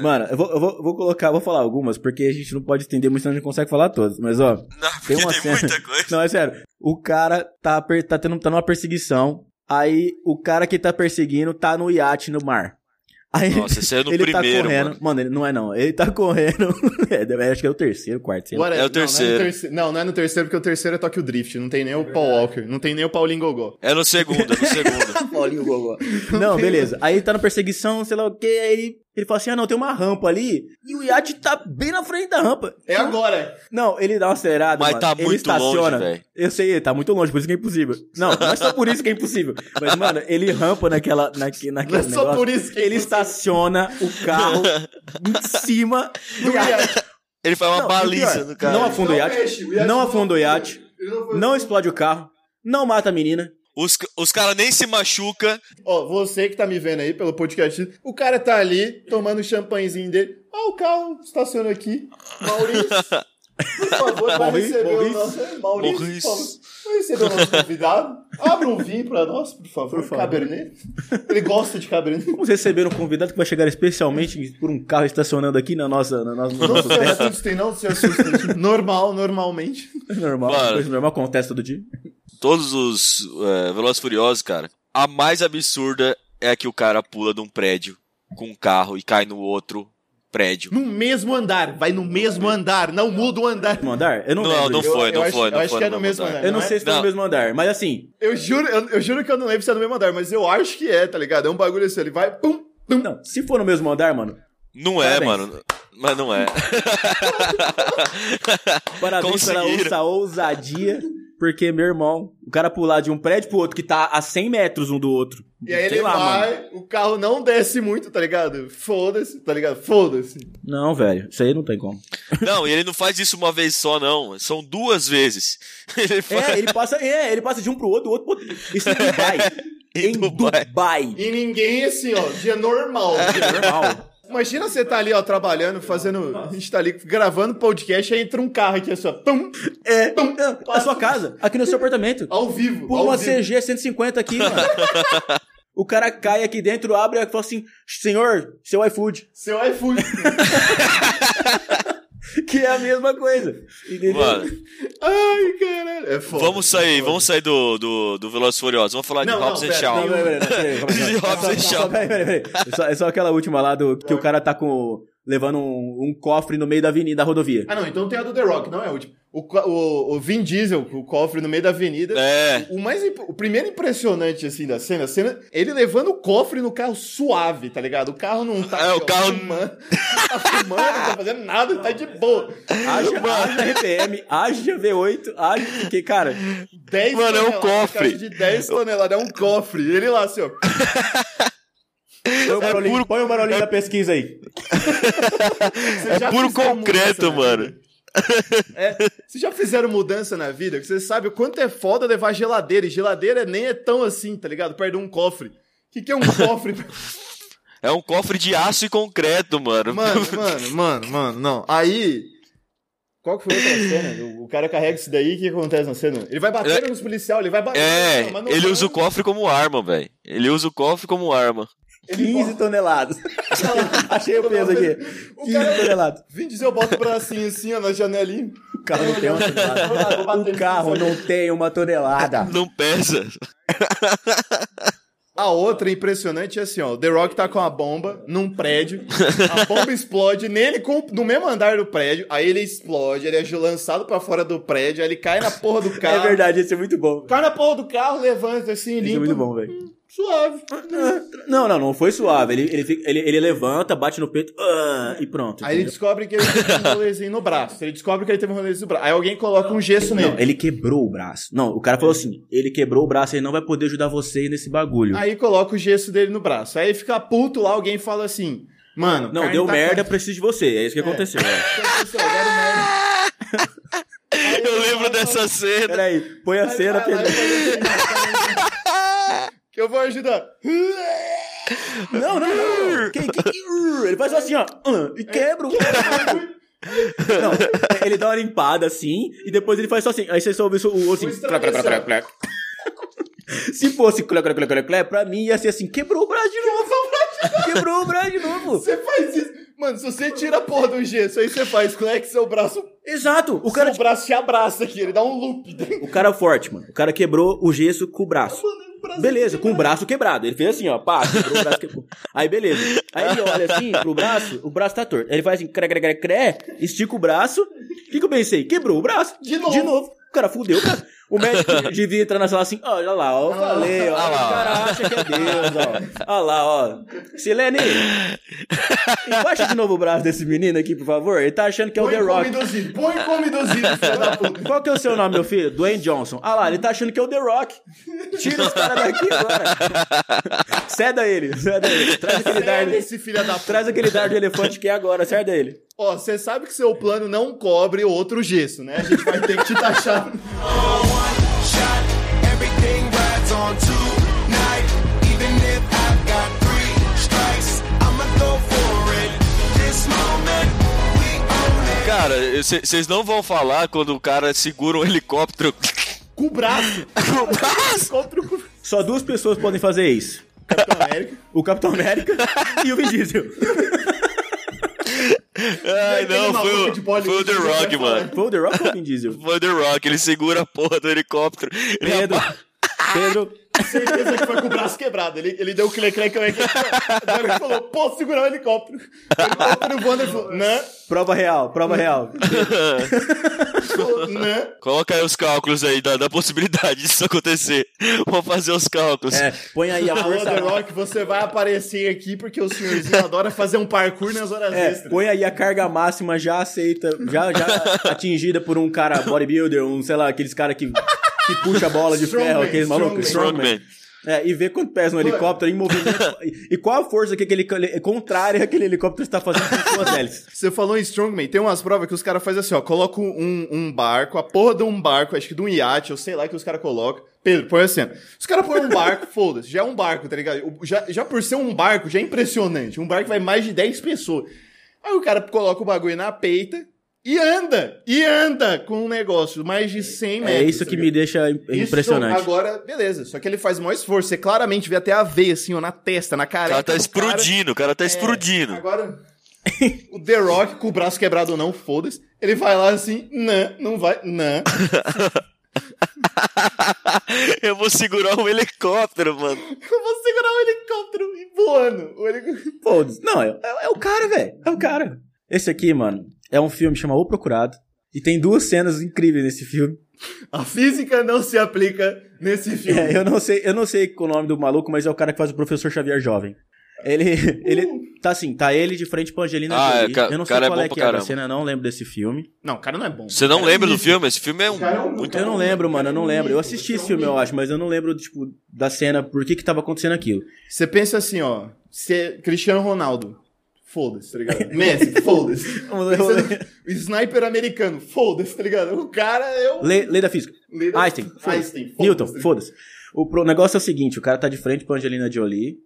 Speaker 2: Mano, eu vou, eu vou- vou colocar, vou falar algumas, porque a gente não pode estender muito, senão a gente não consegue falar todas. Mas, ó,
Speaker 4: Não,
Speaker 2: tem
Speaker 4: porque
Speaker 2: uma
Speaker 4: tem
Speaker 2: cena...
Speaker 4: muita coisa.
Speaker 2: Não, é sério. O cara tá, per- tá, tendo, tá numa perseguição, aí o cara que tá perseguindo tá no iate no mar. Aí
Speaker 3: Nossa, esse
Speaker 2: *laughs*
Speaker 3: é no
Speaker 2: ele tá
Speaker 3: primeiro,
Speaker 2: correndo.
Speaker 3: mano.
Speaker 2: Mano. ele não é não. Ele tá correndo. *laughs* É, acho que é o terceiro, quarto, sei lá.
Speaker 1: Agora,
Speaker 3: É o
Speaker 1: não, não
Speaker 3: terceiro.
Speaker 1: Não, é no terceiro. Não, não é no terceiro, porque o terceiro é Tokyo Drift. Não tem nem o Paul Walker, não tem nem o Paulinho Gogó.
Speaker 3: É no segundo, é
Speaker 1: *laughs*
Speaker 3: no segundo.
Speaker 1: Paulinho Gogó.
Speaker 2: Não, beleza. Aí tá na perseguição, sei lá o que, aí ele, ele fala assim, ah não, tem uma rampa ali, e o iate tá bem na frente da rampa.
Speaker 1: É agora.
Speaker 2: Não, ele dá uma acelerada,
Speaker 3: Mas
Speaker 2: mano.
Speaker 3: tá
Speaker 2: ele
Speaker 3: muito
Speaker 2: estaciona.
Speaker 3: longe, velho.
Speaker 2: Eu sei, tá muito longe, por isso que é impossível. Não, não é só por isso que é impossível. Mas, mano, ele rampa naquela, naque, naquele
Speaker 1: Não é só
Speaker 2: negócio.
Speaker 1: por isso que é *laughs*
Speaker 2: ele estaciona o carro em cima do iate.
Speaker 3: Ele faz uma
Speaker 2: Não, e
Speaker 3: baliza
Speaker 2: pior,
Speaker 3: no cara.
Speaker 2: Não afunda o
Speaker 1: Não
Speaker 2: iate,
Speaker 1: mexe, o iate
Speaker 2: não
Speaker 1: não-
Speaker 2: afunda o iate, não explode o carro, não mata a menina.
Speaker 3: Os, os caras nem se machucam.
Speaker 1: Ó, você que tá me vendo aí pelo podcast, o cara tá ali tomando o champanhezinho dele. Ó, o carro estaciona aqui. Maurício, por favor, vai
Speaker 2: Maurício,
Speaker 1: receber o
Speaker 2: Maurício.
Speaker 1: nosso. é, Maurício, por
Speaker 3: Maurício.
Speaker 1: favor, vai receber o nosso convidado. Abra um vinho pra nós, por favor.
Speaker 2: Por favor.
Speaker 1: Cabernet. Ele gosta de Cabernet.
Speaker 2: Vamos receber um convidado que vai chegar especialmente por um carro estacionando aqui na nossa, na nossa, no
Speaker 1: Não
Speaker 2: nosso
Speaker 1: se
Speaker 2: teto.
Speaker 1: assustem, não se assustem. Normal, normalmente.
Speaker 2: Normal,
Speaker 3: Mano.
Speaker 2: coisa normal acontece todo dia.
Speaker 3: Todos os é, Velozes e Furiosos, cara. A mais absurda é a que o cara pula de um prédio com um carro e cai no outro prédio.
Speaker 1: No mesmo andar, vai no mesmo andar, não muda o andar.
Speaker 2: No andar? Eu não,
Speaker 3: Não,
Speaker 2: lembro.
Speaker 3: não
Speaker 2: eu,
Speaker 3: foi,
Speaker 1: eu
Speaker 3: não
Speaker 1: acho-
Speaker 3: foi,
Speaker 1: eu
Speaker 3: não
Speaker 1: acho
Speaker 3: foi.
Speaker 1: que é
Speaker 3: no
Speaker 1: no mesmo
Speaker 3: andar.
Speaker 1: andar.
Speaker 2: eu não
Speaker 1: não é?
Speaker 2: sei se foi no
Speaker 3: Não.
Speaker 2: mesmo andar, mas assim.
Speaker 1: Eu juro, eu, eu juro que eu não lembro se é no mesmo andar, mas eu acho que é, tá ligado? É um bagulho assim, ele vai, pum, pum.
Speaker 2: Não, se for no mesmo andar, mano,
Speaker 3: Não é,
Speaker 2: Parabéns.
Speaker 3: mano. Mas
Speaker 1: *laughs*
Speaker 3: não é.
Speaker 2: parabéns pela
Speaker 3: Conseguiram.
Speaker 2: essa ousadia. Porque, meu irmão, o cara pular de um prédio pro outro que tá a 100 metros um do outro.
Speaker 1: E aí
Speaker 2: Sei
Speaker 1: ele
Speaker 2: lá, mano.
Speaker 1: vai, o carro não desce muito, tá ligado? Foda-se, tá ligado? Foda-se.
Speaker 2: Não, velho, isso aí não tem como.
Speaker 3: Não, e ele não faz isso uma vez só, não. São duas vezes. Ele faz...
Speaker 2: É, ele passa, é, ele passa de um pro outro, do outro pro outro. Isso é em Dubai.
Speaker 3: Em
Speaker 2: em
Speaker 3: Dubai.
Speaker 2: Dubai.
Speaker 1: E ninguém assim, ó, dia normal. tá
Speaker 2: *laughs* Normal.
Speaker 1: Imagina você tá ali, ó, trabalhando, fazendo. A gente tá ali gravando podcast, aí entra um carro aqui, assim, ó, pum,
Speaker 2: É, na sua casa, aqui no seu apartamento.
Speaker 1: ao vivo.
Speaker 2: Pula
Speaker 1: ao
Speaker 2: uma
Speaker 1: vivo.
Speaker 2: CG 150 aqui, mano. O cara cai aqui dentro, abre e fala assim: Senhor, seu iFood.
Speaker 1: Seu
Speaker 2: *laughs*
Speaker 1: iFood.
Speaker 2: Que é a mesma coisa. Entendeu?
Speaker 3: Mano,
Speaker 1: Ai, caralho. É foda.
Speaker 3: vamos sair, vamos sair do, do, do Velozes e Furiosos. Vamos falar
Speaker 1: Não,
Speaker 3: de
Speaker 1: não,
Speaker 3: Hobbs and
Speaker 1: pera,
Speaker 3: Shaw.
Speaker 2: Não, peraí, peraí, peraí, calma aí, calma aí.
Speaker 3: De Hobbs and
Speaker 2: Só-
Speaker 3: Shaw.
Speaker 2: só- peraí, peraí, peraí. É só- É só aquela última lá do que o cara tá com. levando um, um cofre no meio da avenida, da rodovia.
Speaker 1: Ah, não, então tem a do The Rock, não é a última. O, co- o, o Vin Diesel, com o cofre no meio da avenida.
Speaker 3: É.
Speaker 1: O, mais, imp- o primeiro impressionante, assim, da cena, a cena, ele levando o cofre no carro suave, tá ligado? O carro não tá...
Speaker 3: É, o
Speaker 1: ó,
Speaker 3: carro-
Speaker 1: Fumando, tá fumando, não tá fazendo nada, tá de boa.
Speaker 2: Haja, haja RPM, haja V8, haja. Porque, cara,
Speaker 1: 10
Speaker 3: Mano, é um
Speaker 1: toneladas,
Speaker 3: cofre.
Speaker 1: caixa de 10 toneladas, é um cofre. Ele lá, assim, ó.
Speaker 2: põe o barulhinho,
Speaker 3: puro-
Speaker 2: põe o barulhinho da pesquisa aí.
Speaker 1: Você
Speaker 3: É
Speaker 1: já
Speaker 3: puro
Speaker 1: fizeram
Speaker 3: concreto,
Speaker 1: mudança, né?
Speaker 3: mano.
Speaker 1: Vocês já fizeram mudança na vida? Que você sabe o quanto é foda levar geladeira. E geladeira nem é tão assim, tá ligado? Perto de um cofre. O que, que é um cofre?
Speaker 3: É um cofre de aço e concreto,
Speaker 2: *laughs*
Speaker 3: mano. *laughs*
Speaker 1: Mano, mano, mano, mano, não. Aí. Qual que foi a outra cena? O- O cara carrega isso daí, o que acontece na cena? Ele vai bater nos policial, ele vai bater.
Speaker 3: É,
Speaker 1: mas não
Speaker 3: ele
Speaker 1: vai.
Speaker 3: usa o cofre como arma, velho. Ele usa o cofre como arma.
Speaker 2: 15 toneladas. É *laughs* Achei o peso aqui.
Speaker 1: *laughs* O
Speaker 2: 15
Speaker 1: cara-
Speaker 2: toneladas.
Speaker 1: Vim dizer, eu boto o bracinho assim, ó, na janelinha.
Speaker 2: O carro não tem uma
Speaker 1: Vou bater
Speaker 2: tonelada.
Speaker 1: nesse
Speaker 2: O carro
Speaker 1: pessoal.
Speaker 2: não tem uma tonelada.
Speaker 3: Não pesa.
Speaker 1: A outra impressionante é assim, ó. o The Rock tá com a bomba num prédio. A bomba explode nele com- no mesmo andar do prédio. Aí ele explode, ele é lançado pra fora do prédio, aí ele cai na porra do carro.
Speaker 2: É verdade, esse é muito bom.
Speaker 1: Cai na porra do carro, levanta assim,
Speaker 2: Esse é
Speaker 1: limpa.
Speaker 2: muito bom, velho.
Speaker 1: Suave.
Speaker 2: Não, não, não foi suave. Ele, ele, fica- ele, ele levanta, bate no peito ah, e pronto.
Speaker 1: Aí ele
Speaker 2: entendeu?
Speaker 1: descobre que ele teve um rolezinho no braço. Ele descobre que ele teve um rolezinho no braço. Aí alguém coloca um gesso
Speaker 2: Não,
Speaker 1: nele.
Speaker 2: ele quebrou o braço. Não, o cara falou assim: ele quebrou o braço, ele não vai poder ajudar você nesse bagulho.
Speaker 1: Aí coloca o gesso dele no braço. Aí fica puto lá, alguém fala assim: Mano,
Speaker 2: não,
Speaker 1: carne
Speaker 2: deu
Speaker 1: tá
Speaker 2: merda,
Speaker 1: caindo. *laughs*
Speaker 2: preciso de você. É isso que aconteceu. é.
Speaker 1: Então, pessoal, deram merda.
Speaker 3: Eu lembro dessa cena.
Speaker 2: Peraí, põe a cena,
Speaker 1: Vai, vai,
Speaker 2: Pedro.
Speaker 1: vai, vai, vai, vai. Que eu vou ajudar.
Speaker 2: Não, não, não. Quem- quem- ele faz assim, ó. hum, E quebra o. Não, ele dá uma limpada assim, e depois ele faz só assim. Aí você só ouve o o outro assim.
Speaker 1: Foi estragado.
Speaker 2: clé, clé, clé, clé. Se fosse clé, clé, clé, clé, clé, pra mim ia ser assim: quebrou o braço de novo. Quebrou o braço de novo.
Speaker 1: Você faz isso. Mano, se você tira a porra do gesso, aí você faz flex, seu braço.
Speaker 2: Exato. O cara,
Speaker 1: seu braço te abraça aqui, ele dá um loop.
Speaker 2: o cara forte, mano. O cara quebrou o gesso com o braço.
Speaker 1: Mano, o braço
Speaker 2: Beleza, com o
Speaker 1: quebrado.
Speaker 2: braço quebrado. Ele fez assim, ó, pá, quebrou o braço quebrou. Aí, beleza. Aí ele olha assim pro braço, o braço tá torto. Aí ele faz assim, cré, cré, cré, cré, estica o braço. O que, que eu pensei? Quebrou o braço.
Speaker 1: De novo.
Speaker 2: De novo. O cara fudeu o braço. O médico devia entrar na sala assim, ó, olha lá, ó, eu falei, ó,
Speaker 3: Ah lá,
Speaker 2: o cara acha que é Deus, ó. Olha lá, ó. Silene, Baixa de novo o braço desse menino aqui, por favor. Ele tá achando que é o
Speaker 1: Põe
Speaker 2: The
Speaker 1: como
Speaker 2: Rock.
Speaker 1: induzido. Põe como
Speaker 2: *laughs*
Speaker 1: induzido, filho da puta.
Speaker 2: Qual que é o seu nome, meu filho? Dwayne Johnson. Ah lá, ele tá achando que é o The Rock. Tira os caras daqui agora. Ceda ele, ceda ele. Traz aquele dardo.
Speaker 1: Cede esse filho da puta.
Speaker 2: Traz aquele dardo de elefante que é agora, ceda ele.
Speaker 1: Ó, você sabe que seu plano não cobre outro gesso, né? A gente vai ter que te taxar.
Speaker 5: shot. Everything rides on tonight. Even if I've got three strikes, I'ma go for it. This moment, we own it.
Speaker 3: Cara, vocês não vão falar quando o cara segura um helicóptero *laughs*
Speaker 1: Com o braço.
Speaker 3: com o braço.
Speaker 1: Compre o cu-
Speaker 2: Só duas pessoas podem fazer isso.
Speaker 1: Capitão América.
Speaker 2: O Capitão América e o Vin Diesel.
Speaker 3: Ai,
Speaker 1: aquele
Speaker 3: não, foi
Speaker 1: maluco
Speaker 3: o,
Speaker 1: de Bollywood
Speaker 3: foi o The
Speaker 1: que vai
Speaker 3: Rock,
Speaker 1: falar.
Speaker 3: mano.
Speaker 2: Foi o The Rock ou o Vin Diesel?
Speaker 3: Foi o The Rock, ele segura a porra do helicóptero. Ele
Speaker 2: Pedro,
Speaker 3: apa-
Speaker 2: Pedro,
Speaker 1: Certeza que foi com o braço quebrado. Ele, ele deu o clé clé clé clé. Agora ele falou, pô, segurar o helicóptero. O helicóptero voando, ele falou, nã,
Speaker 2: prova real, prova real.
Speaker 1: falou, nã.
Speaker 3: *laughs* Coloca aí os cálculos aí da, da possibilidade disso acontecer. Vou fazer os cálculos.
Speaker 2: É, põe aí a
Speaker 1: Alô,
Speaker 2: força...
Speaker 1: The Rock, você vai aparecer aqui porque o senhorzinho adora fazer um parkour nas horas
Speaker 2: É,
Speaker 1: extras.
Speaker 2: põe aí a carga máxima já aceita,
Speaker 1: *laughs*
Speaker 2: já, já atingida por um cara bodybuilder, um, sei lá, aqueles cara que, que puxa a bola de
Speaker 1: Strongman,
Speaker 2: ferro, aqueles malucos.
Speaker 3: Strongman.
Speaker 2: É, e ver quanto pesa um helicóptero em movimento. e- E qual a força que aquele é contrária àquele helicóptero está fazendo com
Speaker 1: *laughs*
Speaker 2: suas hélices.
Speaker 1: Você falou em Strongman, tem umas provas que os caras fazem assim, ó, colocam um, um barco, a porra de um barco, acho que de um iate, eu sei lá que os caras colocam. Pedro, põe a cena. Os caras põem um barco, *laughs* foda-se, já é um barco, tá ligado? O- Já, já por ser um barco, já é impressionante. Um barco vai mais de 10 pessoas. Aí o cara coloca o bagulho na peita e anda, e anda com um negócio, mais de 100 metros.
Speaker 2: É isso
Speaker 1: tá
Speaker 2: que
Speaker 1: ligado?
Speaker 2: me deixa im-
Speaker 1: Isso,
Speaker 2: impressionante.
Speaker 1: Agora, beleza, só que ele faz o maior esforço, você claramente vê até a veia, assim, ó, na testa, na
Speaker 3: O
Speaker 1: careca.
Speaker 3: cara tá
Speaker 1: do
Speaker 3: explodindo, o
Speaker 1: é,
Speaker 3: cara tá explodindo.
Speaker 1: Agora, o The Rock, com o braço quebrado ou não, foda-se, ele vai lá assim, não, não vai, não. *laughs*
Speaker 3: Eu vou segurar um helicóptero, mano.
Speaker 1: Eu vou segurar o helicóptero e voando. O helic-
Speaker 2: Foda-se. Não, é, é- é o cara, velho. É o cara. Esse aqui, mano, é um filme chamado O Procurado. E tem duas cenas incríveis nesse filme.
Speaker 1: A física não se aplica nesse filme.
Speaker 2: É, eu não sei, eu não sei qual o nome do maluco, mas é o cara que faz o professor Xavier jovem.
Speaker 1: *laughs*
Speaker 2: Ele, ele tá assim, tá ele de frente pra Angelina
Speaker 3: Ah, é,
Speaker 2: Jolie.
Speaker 3: ca-
Speaker 2: eu não sei
Speaker 3: cara é
Speaker 2: qual é,
Speaker 3: bom pra
Speaker 2: que é a
Speaker 3: caramba.
Speaker 2: cena, não lembro desse filme.
Speaker 1: Não, o cara não é bom.
Speaker 3: Você não
Speaker 1: Cara,
Speaker 3: lembra
Speaker 1: é
Speaker 3: do
Speaker 1: horrível.
Speaker 3: filme? Esse filme é um,
Speaker 1: Cara, é um-
Speaker 3: muito.
Speaker 2: Eu não lembro, mano, eu não lembro. Eu assisti esse filme, eu acho, mas eu não lembro tipo da cena, por que que tava acontecendo aquilo.
Speaker 1: Você pensa assim, ó, você é Cristiano Ronaldo. Foda-se, tá
Speaker 2: *laughs*
Speaker 1: ligado? Messi, foda-se. Você- O sniper americano, foda-se, tá ligado? O cara é o...
Speaker 2: Lei, lei da física.
Speaker 1: Lei da-
Speaker 2: Einstein. foda-se.
Speaker 1: *laughs* Einstein, foda-se.
Speaker 2: Newton, foda-se. O pro- negócio é o seguinte, o cara tá de frente pra Angelina Jolie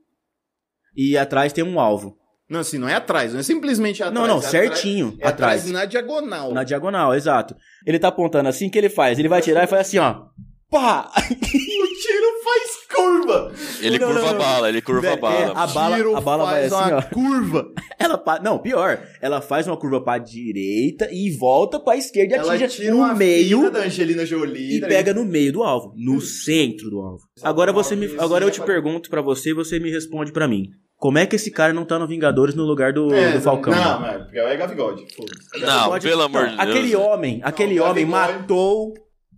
Speaker 2: e atrás tem um alvo.
Speaker 1: Não, assim, não é atrás, não é simplesmente atrás.
Speaker 2: Não, não,
Speaker 1: é atrás-
Speaker 2: certinho,
Speaker 1: É atrás,
Speaker 2: atrás.
Speaker 1: na diagonal.
Speaker 2: Na diagonal, exato. Ele tá apontando assim, o que ele faz? Ele vai tirar e faz assim, ó. Pá! *laughs*
Speaker 1: O tiro faz curva.
Speaker 3: Ele
Speaker 2: Não, não,
Speaker 3: curva a
Speaker 2: não.
Speaker 3: bala, ele curva
Speaker 2: Velho,
Speaker 3: a
Speaker 2: é,
Speaker 3: bala.
Speaker 2: a- bala-
Speaker 1: tiro
Speaker 2: bala vai
Speaker 1: faz
Speaker 2: assim,
Speaker 1: uma
Speaker 2: ó.
Speaker 1: curva.
Speaker 2: Ela pa... Não, pior. Ela faz uma curva pra direita e volta pra esquerda e
Speaker 1: Ela
Speaker 2: atinge
Speaker 1: tira
Speaker 2: no
Speaker 1: uma meio
Speaker 2: meio
Speaker 1: da Angelina Jolie
Speaker 2: e
Speaker 1: tá
Speaker 2: pega no meio do alvo, no centro do alvo. Agora você me, agora eu te pergunto pra você e você me responde pra mim. Como é que esse cara não tá no Vingadores no lugar do,
Speaker 1: ligado? É,
Speaker 2: do Falcão?
Speaker 1: Não, mas porque ela é Gavigode. foda-se.
Speaker 3: Não,
Speaker 2: Pode-
Speaker 3: pelo amor
Speaker 2: Não,
Speaker 3: de
Speaker 2: Aquele
Speaker 3: Deus.
Speaker 2: homem, aquele
Speaker 1: tá
Speaker 2: homem
Speaker 1: bem,
Speaker 2: matou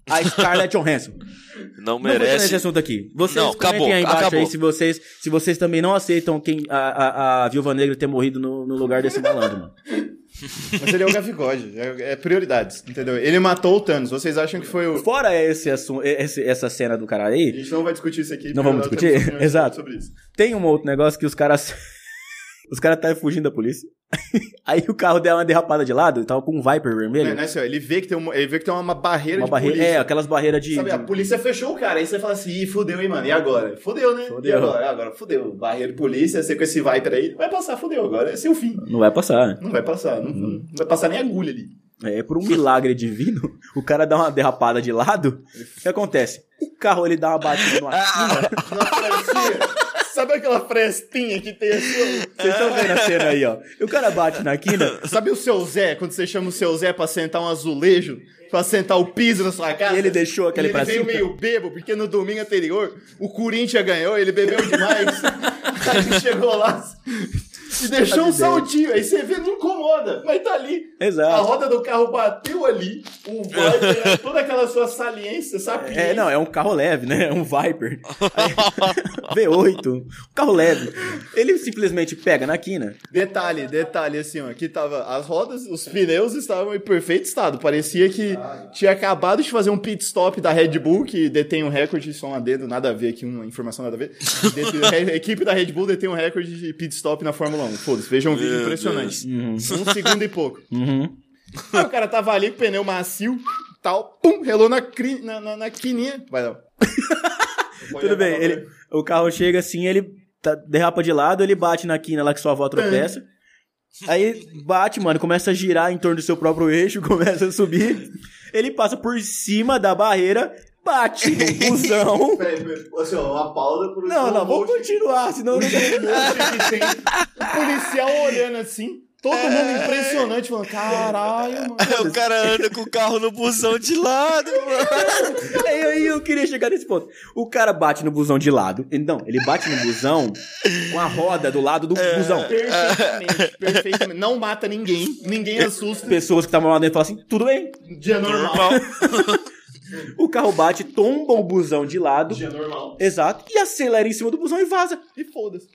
Speaker 2: a Scarlett Johansson.
Speaker 3: Não
Speaker 2: Não vou entrar nesse
Speaker 3: merece.
Speaker 2: assunto aqui. Vocês
Speaker 3: Não,
Speaker 2: comentem
Speaker 3: acabou,
Speaker 2: aí embaixo
Speaker 3: acabou.
Speaker 2: aí se vocês, se vocês também não aceitam quem, a, a, a Viúva Negra ter morrido no, no lugar desse malandro, mano.
Speaker 1: Mas ele é o Gavigode. É, é prioridades, entendeu? Ele matou o Thanos. Vocês acham que foi o...
Speaker 2: *laughs* Fora esse assunto, esse- essa cena do cara
Speaker 1: A
Speaker 2: aí,
Speaker 1: gente não vai discutir isso aqui.
Speaker 2: Não
Speaker 1: porque
Speaker 2: vamos
Speaker 1: nós
Speaker 2: discutir?
Speaker 1: temos opiniões
Speaker 2: Exato.
Speaker 1: Sobre isso.
Speaker 2: tem um outro negócio que os caras. *laughs* Os caras estavam fugindo da polícia. *laughs* Aí o carro deu uma derrapada de lado, tava com um Viper vermelho.
Speaker 1: Não, não é assim, ó, ele vê que tem uma, ele vê que tem uma barreira
Speaker 2: uma
Speaker 1: de
Speaker 2: barreira,
Speaker 1: polícia.
Speaker 2: é, né? aquelas barreiras de.
Speaker 1: Sabe,
Speaker 2: de-
Speaker 1: a polícia fechou o cara. Aí você fala assim, ih, fudeu, hein, mano? E agora? Fudeu, né?
Speaker 2: Fudeu.
Speaker 1: E agora? Agora fudeu. Barreira de polícia, você com esse Viper aí. Vai passar, fudeu. Agora é seu fim.
Speaker 2: Não vai passar, né?
Speaker 1: Não vai passar. Não, não vai passar nem agulha ali.
Speaker 2: É, por um milagre divino, o cara dá uma derrapada de lado. O que acontece? O carro ele dá uma batida no acima.
Speaker 1: *laughs* Na frestinha. *laughs* Sabe aquela frestinha que tem assim? ó?
Speaker 2: Vocês estão vendo a cena aí, ó. E o cara bate na quina
Speaker 1: Sabe o seu Zé, quando você chama o seu Zé pra sentar um azulejo, pra sentar o piso na sua casa?
Speaker 2: e ele deixou
Speaker 1: E
Speaker 2: aquele
Speaker 1: ele
Speaker 2: pra
Speaker 1: veio
Speaker 2: cima.
Speaker 1: meio bebo, porque no domingo anterior o Corinthians ganhou, ele bebeu
Speaker 2: *laughs*
Speaker 1: demais. aí chegou lá e
Speaker 2: Tá
Speaker 1: deixou um saltinho. Aí você vê, não incomoda, mas tá ali.
Speaker 2: Exato.
Speaker 1: A roda do carro bateu ali, o
Speaker 2: *laughs*
Speaker 1: Viper, toda aquela sua saliência, sabe?
Speaker 2: É, não, é um carro leve, né? É um Viper. Aí, *laughs* V8, um carro leve. Ele simplesmente pega na quina.
Speaker 1: Detalhe, detalhe, assim, ó, aqui tava as rodas, os pneus estavam em perfeito estado. Parecia que tinha acabado de fazer um pit stop da Red Bull, que detém um recorde de som a dedo, nada a ver aqui, uma informação nada a ver. Detém- a equipe da Red Bull detém um recorde de pit stop na Fórmula 1. Foda-se, veja um vídeo impressionante. Um segundo e pouco. Aí o cara tava ali com o pneu macio, tal, pum, relou na, cri, na, na, na quininha. Vai não.
Speaker 2: Tudo bem, ele, o carro chega assim, ele tá- derrapa de lado, ele bate na quina lá que sua avó tropeça. Aí bate, mano, começa a girar em torno do seu próprio eixo, *laughs* começa a subir. Ele passa por cima da barreira, bate *laughs* no busão.
Speaker 1: Peraí, peraí, assim, ó, uma pausa por
Speaker 2: Não, não, vamos continuar, senão *laughs* eu não
Speaker 1: Um monte que tem. O policial olhando assim. Todo mundo impressionante, falando, caralho, mano.
Speaker 3: *laughs*
Speaker 4: O cara anda com o carro no busão de lado, mano.
Speaker 2: Aí aí eu queria chegar nesse ponto. O cara bate no busão de lado. Não, ele bate no busão com a roda do lado do
Speaker 1: É.
Speaker 2: busão.
Speaker 1: *laughs* Perfeitamente, perfeitamente. Não mata ninguém, ninguém assusta.
Speaker 2: Pessoas que estavam lá dentro falam assim, tudo bem.
Speaker 1: Dia normal.
Speaker 2: O carro bate, tomba o busão de lado.
Speaker 1: Dia normal.
Speaker 2: Exato. E acelera em cima do busão e vaza.
Speaker 1: E foda-se.